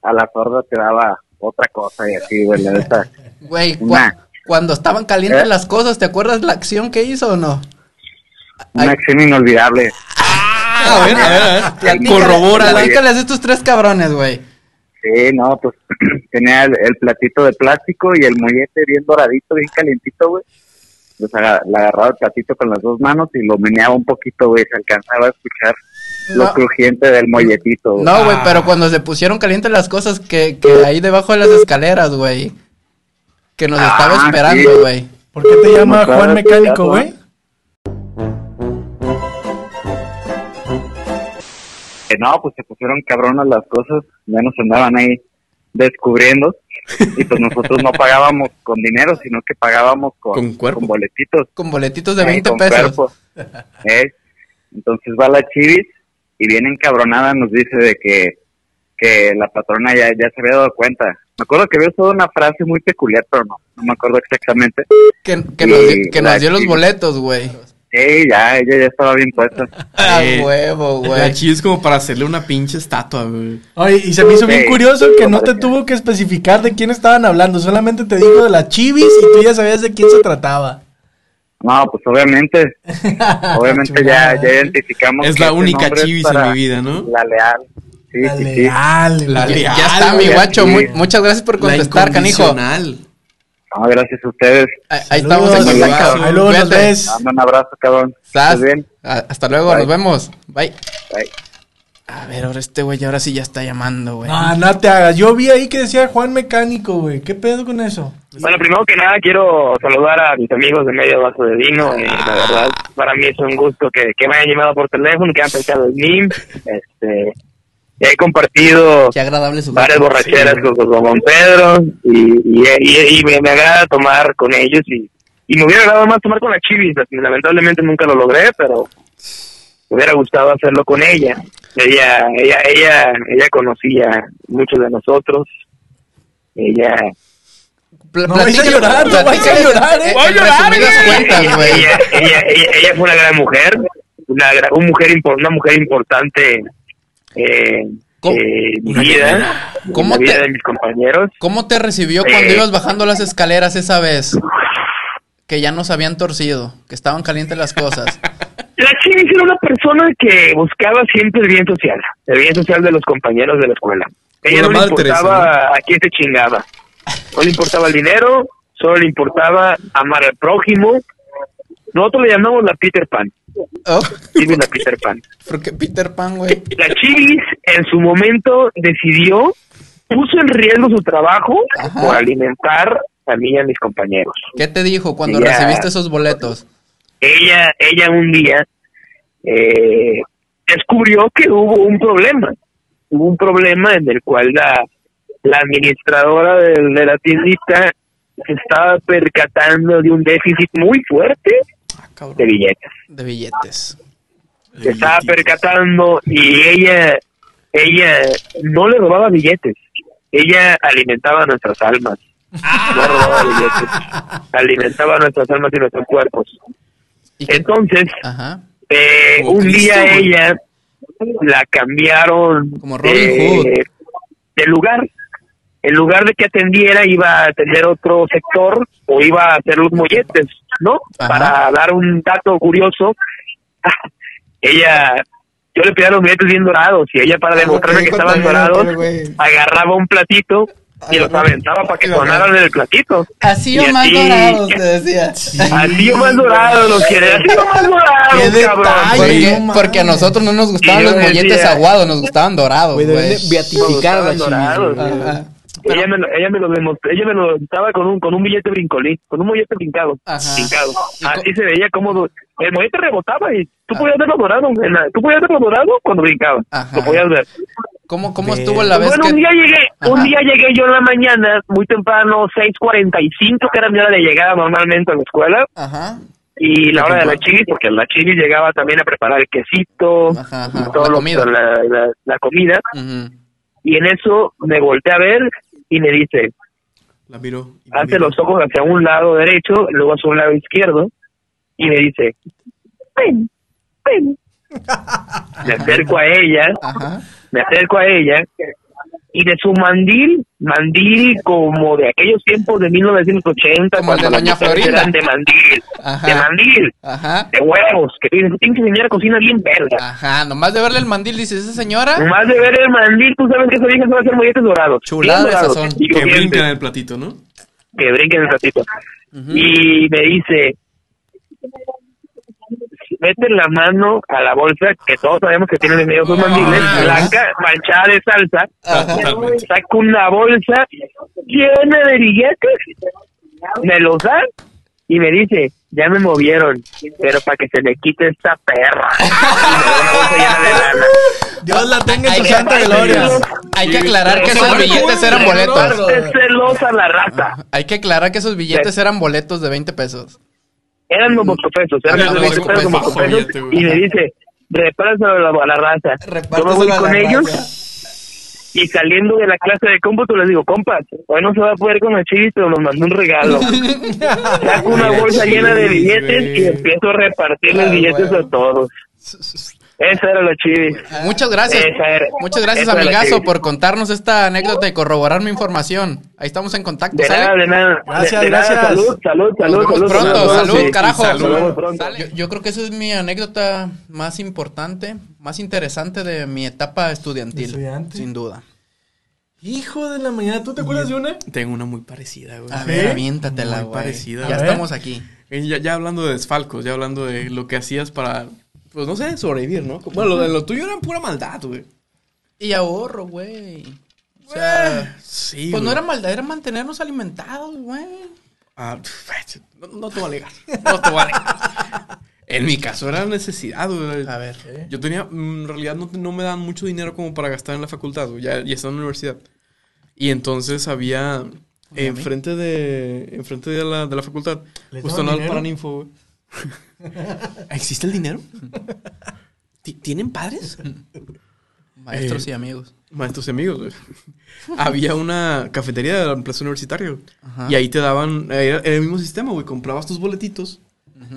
Speaker 6: a la sorda te daba otra cosa y así, güey, la neta.
Speaker 3: Güey, cu-
Speaker 6: Nah.
Speaker 3: cuando estaban calientes
Speaker 6: ¿Eh?
Speaker 3: las cosas, ¿te acuerdas la acción que hizo o no?
Speaker 6: Una acción inolvidable.
Speaker 2: Ah, a ver, a ver, a ver. Corrobórala.
Speaker 3: Platícales de estos tres cabrones, güey.
Speaker 6: Sí, no, pues tenía el, el platito de plástico y el mollete bien doradito, bien calientito, güey. Pues aga- le agarraba el platito con las dos manos y lo meneaba un poquito, güey. Se alcanzaba a escuchar
Speaker 3: No.
Speaker 6: lo crujiente del molletito, güey.
Speaker 3: No, güey, pero cuando se pusieron calientes las cosas que, que ahí debajo de las escaleras, güey. Que nos estaba
Speaker 6: Ah, sí.
Speaker 3: esperando, güey.
Speaker 1: ¿Por qué te llama
Speaker 6: Como cada
Speaker 1: Juan Mecánico,
Speaker 6: gato,
Speaker 1: güey?
Speaker 6: Eh, no, pues se pusieron cabronas las cosas. Ya nos andaban ahí descubriendo. Y pues nosotros no pagábamos con dinero, sino que pagábamos con,
Speaker 2: Con cuerpo.
Speaker 6: con boletitos.
Speaker 3: Con boletitos de
Speaker 6: Ahí
Speaker 3: 20
Speaker 6: con
Speaker 3: pesos.
Speaker 6: cuerpo. ¿Eh? Entonces va la Chivis y bien encabronada nos dice de que, que la patrona ya, ya se había dado cuenta
Speaker 7: Me acuerdo que había usado una frase muy peculiar, pero no, no me acuerdo exactamente.
Speaker 3: Que, que nos, di-
Speaker 7: Sí,
Speaker 3: que nos dio
Speaker 7: la
Speaker 3: los
Speaker 7: chi-
Speaker 3: boletos, güey.
Speaker 7: Sí, ya, ella ya estaba bien puesta.
Speaker 3: A
Speaker 2: Eh,
Speaker 3: huevo,
Speaker 2: La
Speaker 3: güey.
Speaker 2: chida es como para hacerle una pinche estatua, güey.
Speaker 1: Oye, y se me hizo bien
Speaker 7: Sí,
Speaker 1: curioso
Speaker 7: sí,
Speaker 1: que no te
Speaker 7: parece.
Speaker 1: tuvo que especificar de quién estaban hablando, solamente te dijo de la chivis y tú ya sabías de quién se trataba.
Speaker 7: No, pues obviamente, obviamente ya,
Speaker 1: Chulada,
Speaker 7: ya
Speaker 1: ¿eh?
Speaker 7: identificamos.
Speaker 2: Es
Speaker 7: que
Speaker 2: la
Speaker 7: este
Speaker 2: única
Speaker 7: nombre es
Speaker 2: chivis
Speaker 7: para
Speaker 2: en mi vida, ¿no?
Speaker 7: La leal. Sí,
Speaker 1: La
Speaker 7: sí, sí.
Speaker 1: leal,
Speaker 2: La
Speaker 1: güey.
Speaker 2: leal.
Speaker 3: Ya está, mi
Speaker 7: güey.
Speaker 3: guacho.
Speaker 7: Sí.
Speaker 3: Mu- muchas gracias por
Speaker 2: La
Speaker 3: contestar, canijo.
Speaker 2: incondicional.
Speaker 7: No, gracias a ustedes.
Speaker 3: Ahí ahí
Speaker 1: Saludos,
Speaker 3: estamos en
Speaker 7: Saludos.
Speaker 3: contacto.
Speaker 1: Ahí luego nos
Speaker 3: Cuídate. Ah,
Speaker 1: ves.
Speaker 7: Mando un abrazo, cabrón.
Speaker 3: Sas.
Speaker 7: ¿Estás bien?
Speaker 3: A- Hasta luego,
Speaker 7: Bye.
Speaker 3: nos vemos. Bye.
Speaker 7: Bye.
Speaker 3: A ver, ahora este güey, ahora sí ya está llamando, güey.
Speaker 1: Ah, no te hagas. Yo vi ahí que decía Juan Mecánico, güey. ¿Qué pedo con eso?
Speaker 6: Bueno, primero que nada quiero saludar a mis amigos de Medio Vaso de Vino. eh, la verdad, para mí es un gusto que, que me hayan llamado por teléfono, que han pensado en mí. Este, he compartido
Speaker 3: Qué agradable su
Speaker 6: varias borracheras con, con Don Pedro y, y, y- y me, me agrada tomar con ellos. Y, y me hubiera agradado más tomar con la Chivis. Lamentablemente nunca lo logré, pero me hubiera gustado hacerlo con ella. Ella, ella, ella, ella conocía muchos de nosotros. Ella
Speaker 3: Pla-
Speaker 1: No vayas a
Speaker 3: platícale-
Speaker 1: llorar, no vayas a
Speaker 3: platícale-
Speaker 1: llorar, eh.
Speaker 3: en-
Speaker 1: Voy a
Speaker 3: en
Speaker 1: llorar,
Speaker 3: resumidas
Speaker 1: güey.
Speaker 3: cuentas, güey.
Speaker 6: ella, ella, ella- ella fue una gran mujer, una, gra- un mujer, impor- una mujer importante eh,
Speaker 3: ¿Cómo?
Speaker 6: eh, en mi
Speaker 3: Una
Speaker 6: vida, en
Speaker 3: ¿Cómo
Speaker 6: la vida
Speaker 3: te-
Speaker 6: de mis compañeros.
Speaker 3: ¿Cómo te recibió
Speaker 6: Eh.
Speaker 3: cuando ibas bajando las escaleras esa vez? Que ya nos habían torcido, que estaban calientes las cosas.
Speaker 6: La Chivis era una persona que buscaba siempre el bien social, el bien social de los compañeros de la escuela. Ella
Speaker 2: Una
Speaker 6: no le
Speaker 2: madre
Speaker 6: importaba a quién se chingaba, no le importaba el dinero, solo le importaba amar al prójimo. Nosotros le llamamos la Peter Pan,
Speaker 3: Oh,
Speaker 6: Chivis la Peter Pan.
Speaker 3: ¿Por qué Peter Pan, güey?
Speaker 6: La Chivis en su momento decidió, puso en riesgo su trabajo
Speaker 3: Ajá.
Speaker 6: por alimentar a mí y a mis compañeros.
Speaker 3: ¿Qué te dijo cuando
Speaker 6: Ya.
Speaker 3: recibiste esos boletos?
Speaker 6: Ella, ella un día eh, descubrió que hubo un problema, hubo un problema en el cual la, la administradora de, de la tiendita se estaba percatando de un déficit muy fuerte
Speaker 3: Ah,
Speaker 6: de
Speaker 3: cabrón.
Speaker 6: billetes.
Speaker 3: De billetes.
Speaker 6: se estaba percatando y ella ella no le robaba billetes ella alimentaba nuestras almas no robaba billetes alimentaba nuestras almas y nuestros cuerpos
Speaker 3: ¿Y qué-
Speaker 6: entonces
Speaker 3: Ajá.
Speaker 6: eh,
Speaker 2: Como
Speaker 6: un
Speaker 2: Cristo,
Speaker 6: día
Speaker 2: güey.
Speaker 6: ella la cambiaron
Speaker 3: Como Robin Hood.
Speaker 6: de, de lugar en lugar de que atendiera iba a atender otro sector o iba a hacer los molletes no
Speaker 3: Ajá.
Speaker 6: para dar un dato curioso ella yo le pedía los molletes bien dorados y ella para demostrarme que estaban dorados agarraba un platito y los aventaba para que sonaran en el platito
Speaker 3: Así
Speaker 6: Y
Speaker 3: o más
Speaker 6: así-
Speaker 3: dorados, te decía.
Speaker 6: así o más dorado los quería así o más
Speaker 1: Qué
Speaker 6: dorados
Speaker 1: detalle.
Speaker 6: cabrón
Speaker 3: Porque,
Speaker 1: no
Speaker 3: porque a
Speaker 1: mames.
Speaker 3: nosotros no nos
Speaker 6: Y
Speaker 3: gustaban
Speaker 6: yo
Speaker 3: los molletes
Speaker 6: decía-
Speaker 3: aguados, nos gustaban dorados,
Speaker 2: Güey, deben
Speaker 3: güey.
Speaker 2: de beatificar a la
Speaker 6: Todos
Speaker 2: chivis,
Speaker 6: dorados,
Speaker 2: güey.
Speaker 6: güey.
Speaker 3: Ajá.
Speaker 6: ella me lo, ella me lo demostró, ella me lo daba con un con un billete brincolín, con un mollete pintado,
Speaker 3: Ajá.
Speaker 6: pintado.
Speaker 3: ¿Y Ah.
Speaker 6: Así se veía cómodo. El mollete rebotaba y tú podías verlo dorado, en la- tú podías verlo dorado cuando brincaba,
Speaker 3: Ajá.
Speaker 6: lo podías ver.
Speaker 3: ¿Cómo, cómo estuvo la vez
Speaker 6: bueno, un día
Speaker 3: que
Speaker 6: llegué, un
Speaker 3: Ajá.
Speaker 6: día llegué yo en la mañana, muy temprano, 6.45, que era mi hora de llegada normalmente a la escuela,
Speaker 3: Ajá.
Speaker 6: y la hora de la chivis, porque la chivis llegaba también a preparar el quesito,
Speaker 3: Ajá, ajá,
Speaker 6: y todo
Speaker 3: la
Speaker 6: lo-
Speaker 3: comida.
Speaker 6: la- la- la comida,
Speaker 3: Ujú.
Speaker 6: y en eso me volteé a ver y me dice,
Speaker 2: La miró. y la
Speaker 7: Ah,
Speaker 6: hace
Speaker 2: miró.
Speaker 6: los ojos hacia un lado derecho, luego hacia un lado izquierdo, y me dice, ven, ven. Me acerco a ella,
Speaker 3: Ajá.
Speaker 6: me acerco a ella, y de su mandil, mandil como de aquellos tiempos de 1980,
Speaker 3: Como el de
Speaker 6: cuando
Speaker 3: Doña
Speaker 6: las mujeres
Speaker 3: Florinda.
Speaker 6: eran de mandil,
Speaker 3: Ajá.
Speaker 6: de mandil,
Speaker 3: Ajá.
Speaker 6: de huevos, que te dicen, tienes que enseñar a cocina bien verga.
Speaker 3: Ajá. Nomás de verle el mandil, dice esa señora.
Speaker 6: Más de ver el mandil, tú sabes que esa vieja se va a hacer molletes dorados.
Speaker 3: Chulada
Speaker 6: bien
Speaker 3: de
Speaker 6: dorados,
Speaker 3: sazón.
Speaker 6: y
Speaker 2: Que
Speaker 6: crujientes.
Speaker 2: brinca en el platito, ¿no?
Speaker 6: que brinquen un ratito. Y me dice, mete la mano a la bolsa que todos sabemos que tiene de medio dos mandiles,
Speaker 3: Ah.
Speaker 6: blanca, manchada de salsa,
Speaker 3: Ajá.
Speaker 2: Totalmente.
Speaker 6: saca una bolsa llena de billetes, me los da y me dice, ya me movieron, pero para que se le quite esta perra. Y me da una bolsa llena de lana.
Speaker 1: Dios la tenga en su
Speaker 3: Hay
Speaker 1: santa
Speaker 3: que,
Speaker 1: gloria.
Speaker 3: hay que aclarar que
Speaker 6: Sí,
Speaker 3: esos
Speaker 6: pero-
Speaker 3: billetes eran boletos.
Speaker 6: Es celosa la rata.
Speaker 3: Hay que aclarar que esos billetes eran boletos de 20 pesos.
Speaker 6: Eran los pesos,
Speaker 2: Eran
Speaker 6: eran los
Speaker 2: los
Speaker 6: pesos, como
Speaker 2: mocopesos,
Speaker 6: pesos,
Speaker 2: billete, güey.
Speaker 6: y me dice, repáraselo a la, a la raza. Yo me voy con ellos, Y saliendo de la clase de cómputo les digo, compas, hoy no se va a poder con el chivis, pero nos mandó un regalo. Saco una
Speaker 2: Mira,
Speaker 6: bolsa
Speaker 2: chivis,
Speaker 6: llena de billetes y
Speaker 2: güey.
Speaker 6: empiezo a repartirles
Speaker 3: Ah,
Speaker 6: billetes
Speaker 3: huevo.
Speaker 6: a todos. Esa era la chivis.
Speaker 3: Muchas gracias.
Speaker 6: Esa era-
Speaker 3: Muchas gracias,
Speaker 6: esa era la
Speaker 3: amigazo,
Speaker 6: que-
Speaker 3: por contarnos esta anécdota y corroborar mi información. Ahí estamos en contacto,
Speaker 6: De nada,
Speaker 3: ¿sale?
Speaker 6: de nada.
Speaker 1: Pues Gracias,
Speaker 6: De- de nada.
Speaker 1: gracias.
Speaker 6: Salud, salud,
Speaker 3: Nos
Speaker 6: salud,
Speaker 3: vemos
Speaker 6: salud.
Speaker 3: pronto.
Speaker 6: salud,
Speaker 3: Salud,
Speaker 6: sí,
Speaker 3: carajo.
Speaker 6: Nos vemos
Speaker 2: Salud.
Speaker 6: pronto.
Speaker 3: Yo, yo creo que esa es mi anécdota más importante, más interesante de mi etapa estudiantil.
Speaker 1: Estudiante.
Speaker 3: Sin duda.
Speaker 1: Hijo de la mañana, ¿tú te acuerdas de una?
Speaker 2: Tengo una muy parecida, güey.
Speaker 3: A
Speaker 1: ¿Sí?
Speaker 3: ver, aviéntatela,
Speaker 2: Muy
Speaker 3: güey.
Speaker 2: parecida.
Speaker 3: Ya
Speaker 1: A ver.
Speaker 3: estamos aquí.
Speaker 2: Eh, Ya, ya hablando de desfalcos, ya hablando de lo que hacías para, pues no sé, sobrevivir, ¿no? Bueno, lo, de lo tuyo era pura maldad, güey.
Speaker 3: Y ahorro, güey. O sea,
Speaker 2: Eh, Sí,
Speaker 3: pues no
Speaker 2: güey.
Speaker 3: era maldad, era mantenernos alimentados, güey.
Speaker 2: Ah, pf, no, no te voy a alegar. No te voy a alegar. en mi caso era necesidad, güey.
Speaker 3: A ver. ¿eh?
Speaker 2: Yo tenía, mm, en realidad no, no me dan mucho dinero como para gastar en la facultad, güey, ya, ya estaba en la universidad. Y entonces había,
Speaker 3: Oye, a mí.
Speaker 2: enfrente de, enfrente de la, de la facultad,
Speaker 1: ¿Les
Speaker 2: justo
Speaker 1: daban
Speaker 2: al lado del
Speaker 1: dinero?
Speaker 2: Paraninfo, güey. ¿Existe el dinero? ¿Ti- ¿Tienen padres?
Speaker 3: Maestros
Speaker 2: Eh,
Speaker 3: y amigos.
Speaker 2: Maestros y amigos, güey. Había una cafetería de la plaza universitaria, güey.
Speaker 3: Ajá.
Speaker 2: Y ahí te daban, eh, era, era el mismo sistema, güey. Comprabas tus boletitos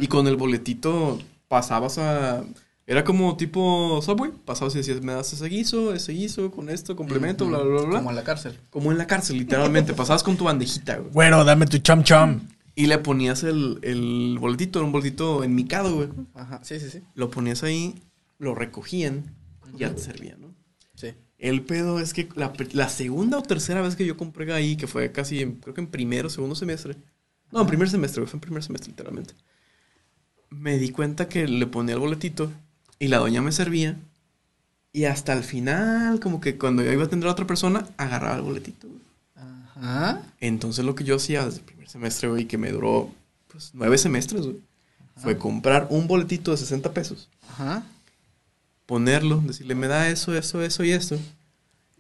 Speaker 2: y con el boletito pasabas a... Era como tipo subway. Pasabas y decías, me das ese guiso, ese guiso, con esto, complemento, bla, bla, bla, bla.
Speaker 3: Como en la cárcel.
Speaker 2: Como en la cárcel, literalmente. pasabas con tu bandejita, güey.
Speaker 1: Bueno, dame tu chum chum.
Speaker 2: Y le ponías el, el boletito, era un boletito enmicado, güey.
Speaker 3: Ajá. Sí, sí, sí.
Speaker 2: Lo ponías ahí, lo recogían y ya te servía, ¿no?
Speaker 3: Sí.
Speaker 2: El pedo es que la, pr- la segunda o tercera vez que yo compré ahí, que fue casi, en- creo que en primero o segundo semestre. No, en primer semestre, güey, fue en primer semestre, literalmente. Me di cuenta que le ponía el boletito y la doña me servía. Y hasta el final, como que cuando yo iba a atender a otra persona, agarraba el boletito. güey.
Speaker 3: Ajá.
Speaker 2: Entonces lo que yo hacía desde el primer semestre, güey, que me duró pues, nueve semestres, güey, fue comprar un boletito de 60 pesos
Speaker 3: Ajá.
Speaker 2: ponerlo, decirle, me da eso, eso, eso y esto.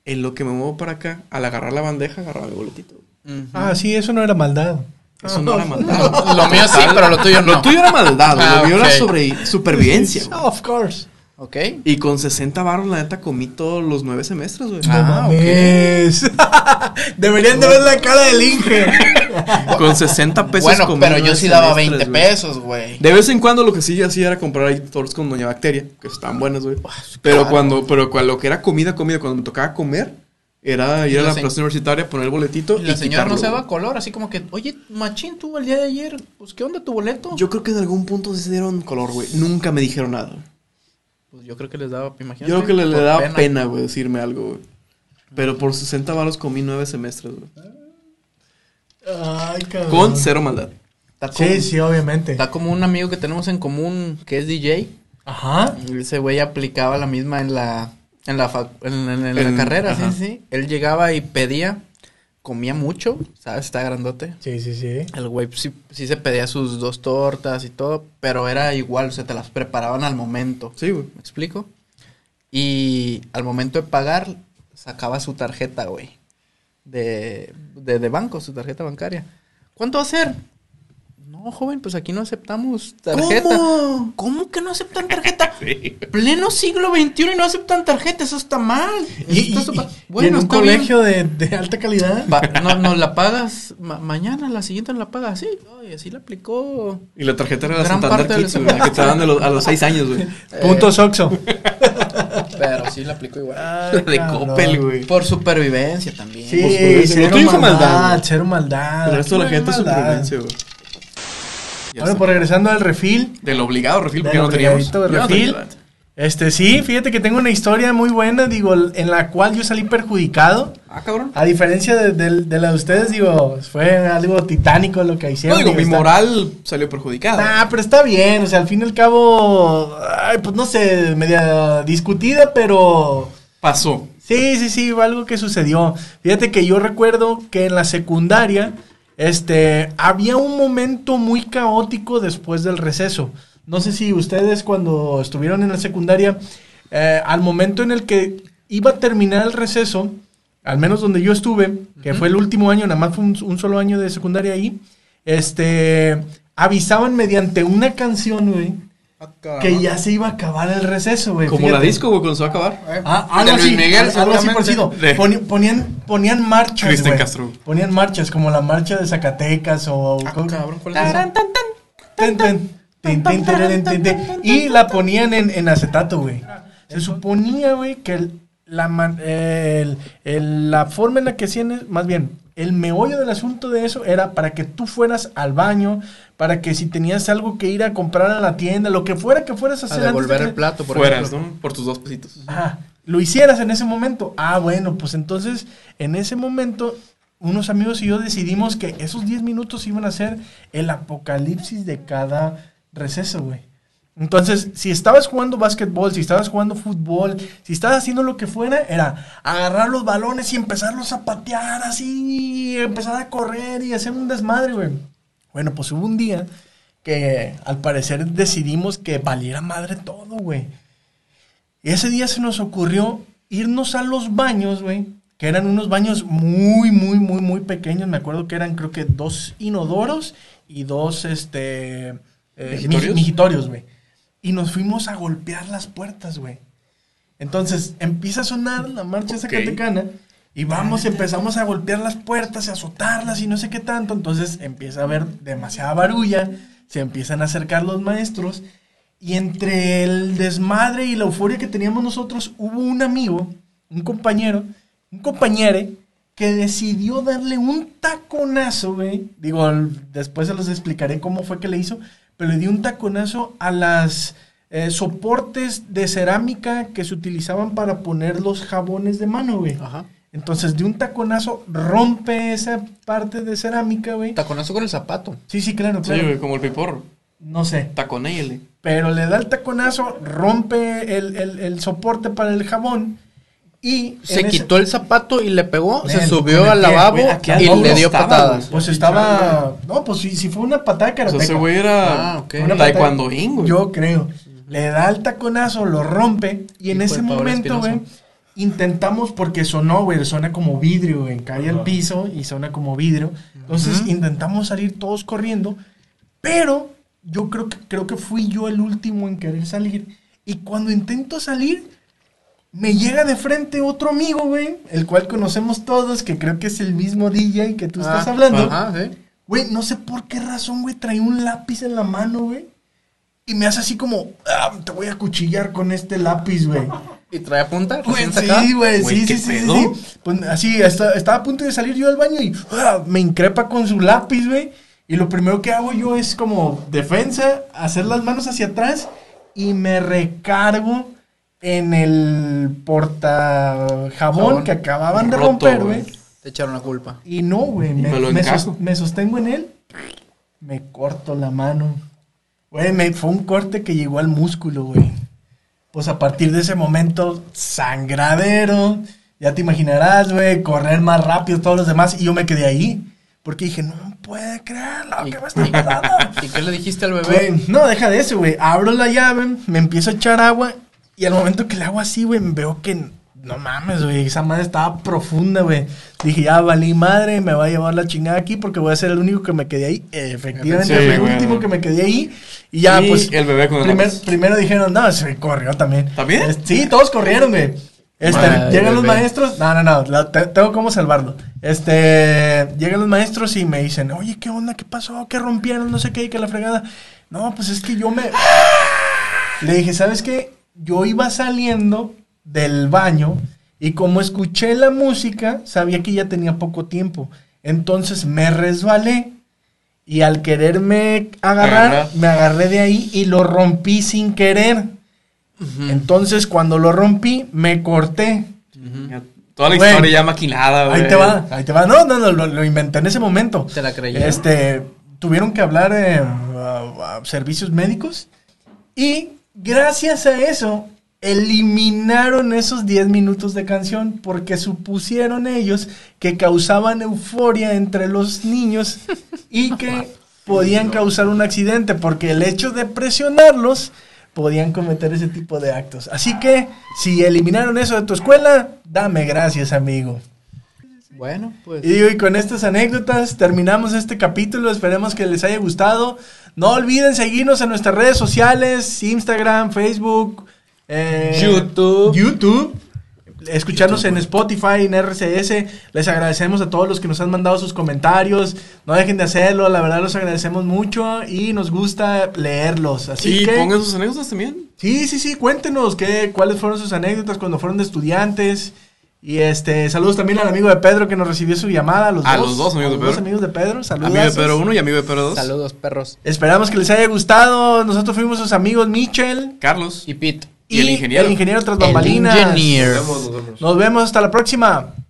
Speaker 2: En lo que me muevo para acá, al agarrar la bandeja, agarraba mi boletito.
Speaker 3: Ujú.
Speaker 1: Ah, sí, eso no era maldad.
Speaker 2: Ah, Eso no era maldad.
Speaker 3: Lo mío sí, pero lo tuyo no.
Speaker 2: Lo tuyo era maldad, güey.
Speaker 3: Ah,
Speaker 2: lo mío
Speaker 3: ok.
Speaker 2: era sobre supervivencia. güey.
Speaker 1: of course.
Speaker 3: Ok.
Speaker 2: Y con 60 baros, la neta, comí todos los nueve semestres, güey.
Speaker 3: Ah, ok.
Speaker 1: Mames. Deberían de ver la cara del Inge.
Speaker 2: Con 60 pesos
Speaker 3: bueno,
Speaker 2: comí
Speaker 3: pero yo
Speaker 2: nueve
Speaker 3: sí daba
Speaker 2: semestres,
Speaker 3: 20
Speaker 2: güey.
Speaker 3: pesos, güey.
Speaker 2: De vez en cuando lo que sí hacía era comprar ahí todos con Doña Bacteria, que están buenas, güey.
Speaker 3: Ah,
Speaker 2: Pero
Speaker 3: claro.
Speaker 2: cuando, pero cuando lo que era comida, comida, cuando me tocaba comer, era ir a
Speaker 3: la
Speaker 2: la
Speaker 3: se-
Speaker 2: plaza universitaria, poner el boletito
Speaker 3: Y
Speaker 2: y,
Speaker 3: la señora
Speaker 2: quitarlo,
Speaker 3: no se
Speaker 2: güey.
Speaker 3: daba color, así como que, oye, machín, tú el día de ayer, pues, ¿qué onda tu boleto?
Speaker 2: Yo creo que en algún punto sí se dieron color, güey. Nunca me dijeron nada.
Speaker 3: pues yo creo que les daba,
Speaker 2: Yo
Speaker 3: imagínate.
Speaker 2: creo que le, le
Speaker 3: por
Speaker 2: daba pena. güey, decirme algo, güey. Pero por 60 varos comí nueve semestres, güey.
Speaker 1: Ay, cabrón.
Speaker 2: Con cero maldad.
Speaker 3: Está como,
Speaker 1: Sí, sí, obviamente.
Speaker 3: está como un amigo que tenemos en común que es DJ.
Speaker 1: Ajá.
Speaker 3: Ese güey aplicaba la misma en la, en la, fac- en, en- en la
Speaker 2: En-
Speaker 3: carrera,
Speaker 2: ajá.
Speaker 3: sí, sí. Él llegaba y pedía, comía mucho, ¿sabes? Está grandote.
Speaker 1: Sí, sí, sí.
Speaker 3: El güey sí, sí se pedía sus dos tortas y todo, pero era igual, o sea, te las preparaban al momento.
Speaker 2: Sí, güey.
Speaker 3: ¿Me explico? Y al momento de pagar, sacaba su tarjeta, güey. De, de, de banco, su tarjeta bancaria. ¿Cuánto va a ser? No, joven, pues aquí no aceptamos tarjeta.
Speaker 2: ¿Cómo?
Speaker 3: ¿Cómo que no aceptan tarjeta? Pleno siglo XXI y no aceptan tarjeta, eso está mal.
Speaker 1: Y, y-
Speaker 3: Esto está
Speaker 1: y-
Speaker 3: pa-
Speaker 1: y en un
Speaker 3: está bien.
Speaker 1: colegio de, de alta calidad.
Speaker 3: Pa- no, nos la pagas ma- mañana, la siguiente nos la pagas, sí. ¿no? Y así la aplicó.
Speaker 2: Y la tarjeta era la
Speaker 3: Gran
Speaker 2: Santander
Speaker 3: parte de
Speaker 2: Kids,
Speaker 3: la-
Speaker 2: güey. la Que te daban a los, a los seis años, güey. Eh,
Speaker 1: Puntos Oxo.
Speaker 3: Eh,
Speaker 2: pues,
Speaker 3: Pero sí la aplicó igual.
Speaker 2: La de Coppel, güey.
Speaker 3: Ah, Por supervivencia también.
Speaker 1: Sí,
Speaker 2: Pues, pues,
Speaker 1: cero
Speaker 2: lo tuyo fue
Speaker 1: maldad,
Speaker 2: maldad.
Speaker 1: cero maldad.
Speaker 2: El resto de la
Speaker 1: Aquí no
Speaker 2: gente
Speaker 1: hay
Speaker 2: es
Speaker 1: maldad.
Speaker 2: supervivencia, güey. Ya
Speaker 1: Bueno,
Speaker 2: está.
Speaker 1: pues regresando al refil.
Speaker 2: Del obligado refil, porque
Speaker 1: Del
Speaker 2: no teníamos.
Speaker 1: obligadito de
Speaker 2: Yo no tenía,
Speaker 1: refil.
Speaker 2: la neta.
Speaker 1: Este, sí, fíjate que tengo una historia muy buena, digo, en la cual yo salí perjudicado.
Speaker 2: Ah, cabrón.
Speaker 1: A diferencia de, de- de la de ustedes, digo, fue algo titánico lo que
Speaker 2: No
Speaker 1: hicieron.
Speaker 2: digo, mi
Speaker 1: está-
Speaker 2: moral salió perjudicada.
Speaker 1: Ah, pero está bien, o sea, al fin y al cabo, ay, pues no sé, media discutida, pero
Speaker 2: Pasó.
Speaker 1: Sí, sí, sí, fue algo que sucedió. Fíjate que yo recuerdo que en la secundaria, este, había un momento muy caótico después del receso. No sé si ustedes cuando estuvieron en la secundaria, eh, al momento en el que iba a terminar el receso, al menos donde yo estuve, que fue el último año, nada más fue un, un solo año de secundaria ahí, este, avisaban mediante una canción, güey, que ya se iba a acabar el receso, güey.
Speaker 2: Como
Speaker 1: Ah, fíjate.
Speaker 2: la disco, güey, cuando se va a acabar.
Speaker 1: Ah, algo
Speaker 3: De Luis
Speaker 1: así,
Speaker 3: Miguel,
Speaker 1: algo así
Speaker 3: seguramente.
Speaker 1: parecido.
Speaker 2: De-
Speaker 1: Poni- ponían, ponían marchas,
Speaker 2: Cristian
Speaker 1: güey.
Speaker 2: Castro.
Speaker 1: Ponían marchas, como la marcha de Zacatecas o...
Speaker 2: Ah,
Speaker 1: co-
Speaker 2: cabrón, ¿cuál es esa?
Speaker 1: Ten, ten, ten, ten, ten, ten, ten, ten. Y la ponían en, en acetato, güey. Se suponía, güey, que el- la, man- el- el- la forma en la que hacían, es- más bien, el meollo del asunto de eso era para que tú fueras al baño, para que si tenías algo que ir a comprar a la tienda, lo que fuera que fueras a
Speaker 3: A
Speaker 1: hacer. antes de
Speaker 3: devolver
Speaker 1: que-
Speaker 3: el plato, por
Speaker 2: Fueras,
Speaker 3: ejemplo.
Speaker 2: ¿no? Por tus dos pesitos.
Speaker 1: Ajá, lo hicieras en ese momento. Ah, bueno, pues entonces en ese momento unos amigos y yo decidimos que esos 10 minutos iban a ser el apocalipsis de cada receso, güey. Entonces, si estabas jugando básquetbol, si estabas jugando fútbol, si estabas haciendo lo que fuera, era agarrar los balones y empezarlos a patear así, y empezar a correr y hacer un desmadre, güey. Bueno, pues hubo un día que al parecer decidimos que valiera madre todo, güey. Ese día se nos ocurrió irnos a los baños, güey. Que eran unos baños muy, muy, muy, muy pequeños. Me acuerdo que eran, creo que dos inodoros y dos, este. eh,
Speaker 2: ¿Mijitorios?
Speaker 1: mij- mijitorios, güey. Y nos fuimos a golpear las puertas, güey. Entonces empieza a sonar la marcha zacatecana y vamos, empezamos a golpear las puertas y a azotarlas y no sé qué tanto. Entonces empieza a haber demasiada barulla, se empiezan a acercar los maestros y entre el desmadre y la euforia que teníamos nosotros, hubo un amigo, un compañero, un compañere, que decidió darle un taconazo, güey. Digo, al- después se los explicaré cómo fue que le hizo, pero le dio un taconazo a las eh, soportes de cerámica que se utilizaban para poner los jabones de mano, güey.
Speaker 3: Ajá.
Speaker 1: Entonces, de un taconazo, rompe esa parte de cerámica, güey.
Speaker 3: Taconazo con el zapato.
Speaker 1: Sí, sí, claro,
Speaker 2: Sí,
Speaker 1: claro.
Speaker 2: güey, eh. como el piporro.
Speaker 1: no sé.
Speaker 2: Taconéele.
Speaker 1: Pero le da el taconazo, rompe el, el- el soporte para el jabón y...
Speaker 3: Se
Speaker 1: en ese-
Speaker 3: quitó el zapato y le pegó, se
Speaker 1: Ven,
Speaker 3: subió
Speaker 1: con
Speaker 3: al
Speaker 1: el pie,
Speaker 3: lavabo
Speaker 1: güey, aquí
Speaker 3: y
Speaker 1: abajo
Speaker 3: le dio
Speaker 2: estaba,
Speaker 3: patadas.
Speaker 1: Pues estaba... No, pues si, si fue una patada de
Speaker 2: O sea,
Speaker 1: karateca.
Speaker 2: ese güey era
Speaker 3: Ah, ok.
Speaker 1: Una
Speaker 2: un
Speaker 1: patada-
Speaker 2: taekwondoín, güey.
Speaker 1: Yo creo. Le da el taconazo, lo rompe y en
Speaker 3: Hijo
Speaker 1: ese
Speaker 3: de Pablo
Speaker 1: momento,
Speaker 3: Espinosa.
Speaker 1: güey, intentamos porque sonó, güey, suena como vidrio, güey, cae al piso y suena como vidrio. Entonces intentamos salir todos corriendo, pero yo creo que creo que fui yo el último en querer salir y cuando intento salir me llega de frente otro amigo, güey, el cual conocemos todos, que creo que es el mismo DJ que tú estás
Speaker 3: Ah,
Speaker 1: hablando.
Speaker 3: Ajá, sí.
Speaker 1: Güey, no sé por qué razón, güey, trae un lápiz en la mano, güey. Y me hace así como, "Ah, te voy a cuchillar con este lápiz, güey.
Speaker 3: Y trae punta.
Speaker 1: Güey,
Speaker 3: recién sacada.
Speaker 1: sí, güey,
Speaker 2: Güey,
Speaker 1: sí,
Speaker 2: ¿qué
Speaker 1: sí, sí, sí,
Speaker 2: pedo?
Speaker 1: sí. Pues así, hasta- estaba a punto de salir yo del baño y ah, me increpa con su lápiz, güey. Y lo primero que hago yo es como defensa, hacer las manos hacia atrás y me recargo en el porta jabón
Speaker 3: Jabón.
Speaker 1: que acababan de
Speaker 2: Roto,
Speaker 1: romper,
Speaker 2: güey.
Speaker 1: güey.
Speaker 3: Te echaron la culpa.
Speaker 1: Y no, güey, me,
Speaker 2: me lo
Speaker 1: me
Speaker 2: encajo.
Speaker 1: sos- me sostengo en él, me corto la mano. Güey, me- fue un corte que llegó al músculo, güey. Pues a partir de ese momento, sangradero. Ya te imaginarás, güey, correr más rápido todos los demás. Y yo me quedé ahí. Porque dije, no puede creerlo,
Speaker 3: Y-
Speaker 1: que me está pasando.
Speaker 3: ¿Y qué le dijiste al bebé?
Speaker 1: Ah, Güey, no, deja de eso, güey. Abro la llave, me empiezo a echar agua. Y al momento que le hago así, güey, veo que n- no mames, güey. Esa madre estaba profunda, güey. Dije, ya valí madre, me va a llevar la chingada aquí porque voy a ser el único que me quedé ahí. Efectivamente,
Speaker 2: Sí,
Speaker 1: fui el
Speaker 2: güey.
Speaker 1: último que me quedé ahí. Y ya,
Speaker 2: Y
Speaker 1: pues.
Speaker 2: el bebé con el
Speaker 1: primer-
Speaker 2: lápiz.
Speaker 1: Primero dijeron, no, se corrió también.
Speaker 2: ¿También?
Speaker 1: Es- sí, todos corrieron, güey. Este,
Speaker 3: Madre,
Speaker 1: llegan los
Speaker 3: bebé.
Speaker 1: maestros. No, no, no. la- te- tengo cómo salvarlo. Este. Llegan los maestros y me dicen, oye, ¿qué onda? ¿Qué pasó? ¿Qué rompieron? No sé qué, que la fregada. No, pues es que yo me. Le dije, ¿sabes qué? Yo iba saliendo del baño y como escuché la música, sabía que ya tenía poco tiempo. Entonces me resbalé y al quererme agarrar,
Speaker 2: Agarrar.
Speaker 1: me agarré de ahí y lo rompí sin querer. Entonces cuando lo rompí, me corté.
Speaker 2: Toda la
Speaker 1: Güey.
Speaker 2: historia ya maquinada, güey.
Speaker 1: Ahí te va, ahí te va. No, no, no, lo, lo inventé en ese momento.
Speaker 3: ¿Te la creyeron?
Speaker 1: Este, tuvieron que hablar eh, a- a servicios médicos y gracias a eso eliminaron esos 10 minutos de canción porque supusieron ellos que causaban euforia entre los niños y que podían causar un accidente porque el hecho de presionarlos podían cometer ese tipo de actos. Así que si eliminaron eso de tu escuela, dame gracias, amigo.
Speaker 3: Bueno, pues.
Speaker 1: Y digo, y con estas anécdotas terminamos este capítulo. Esperemos que les haya gustado. No olviden seguirnos en nuestras redes sociales: Instagram, Facebook, eh,
Speaker 3: YouTube.
Speaker 1: YouTube. Escucharnos en Spotify, en RCS. Les agradecemos a todos los que nos han mandado sus comentarios. No dejen de hacerlo, la verdad los agradecemos mucho y nos gusta leerlos. Así
Speaker 2: Y
Speaker 1: que.
Speaker 2: pongan sus anécdotas también.
Speaker 1: Sí, sí, sí, cuéntenos qué, cuáles fueron sus anécdotas cuando fueron de estudiantes. Y este, saludos también al amigo de Pedro que nos recibió su llamada. A los,
Speaker 2: A
Speaker 1: dos,
Speaker 2: Ah, los dos amigos
Speaker 1: a
Speaker 2: de
Speaker 1: los dos
Speaker 2: Pedro.
Speaker 1: amigos de Pedro. Saludos.
Speaker 2: Amigo de Pedro 1 y amigo de Pedro 2.
Speaker 3: Saludos, perros.
Speaker 1: Esperamos que les haya gustado. Nosotros fuimos sus amigos Michel
Speaker 2: Carlos.
Speaker 3: Y Pete.
Speaker 2: Y el ingeniero.
Speaker 1: El ingeniero tras
Speaker 3: El
Speaker 1: bambalinas.
Speaker 3: engineer.
Speaker 2: Nos vemos, nos vemos.
Speaker 1: Nos vemos hasta la próxima.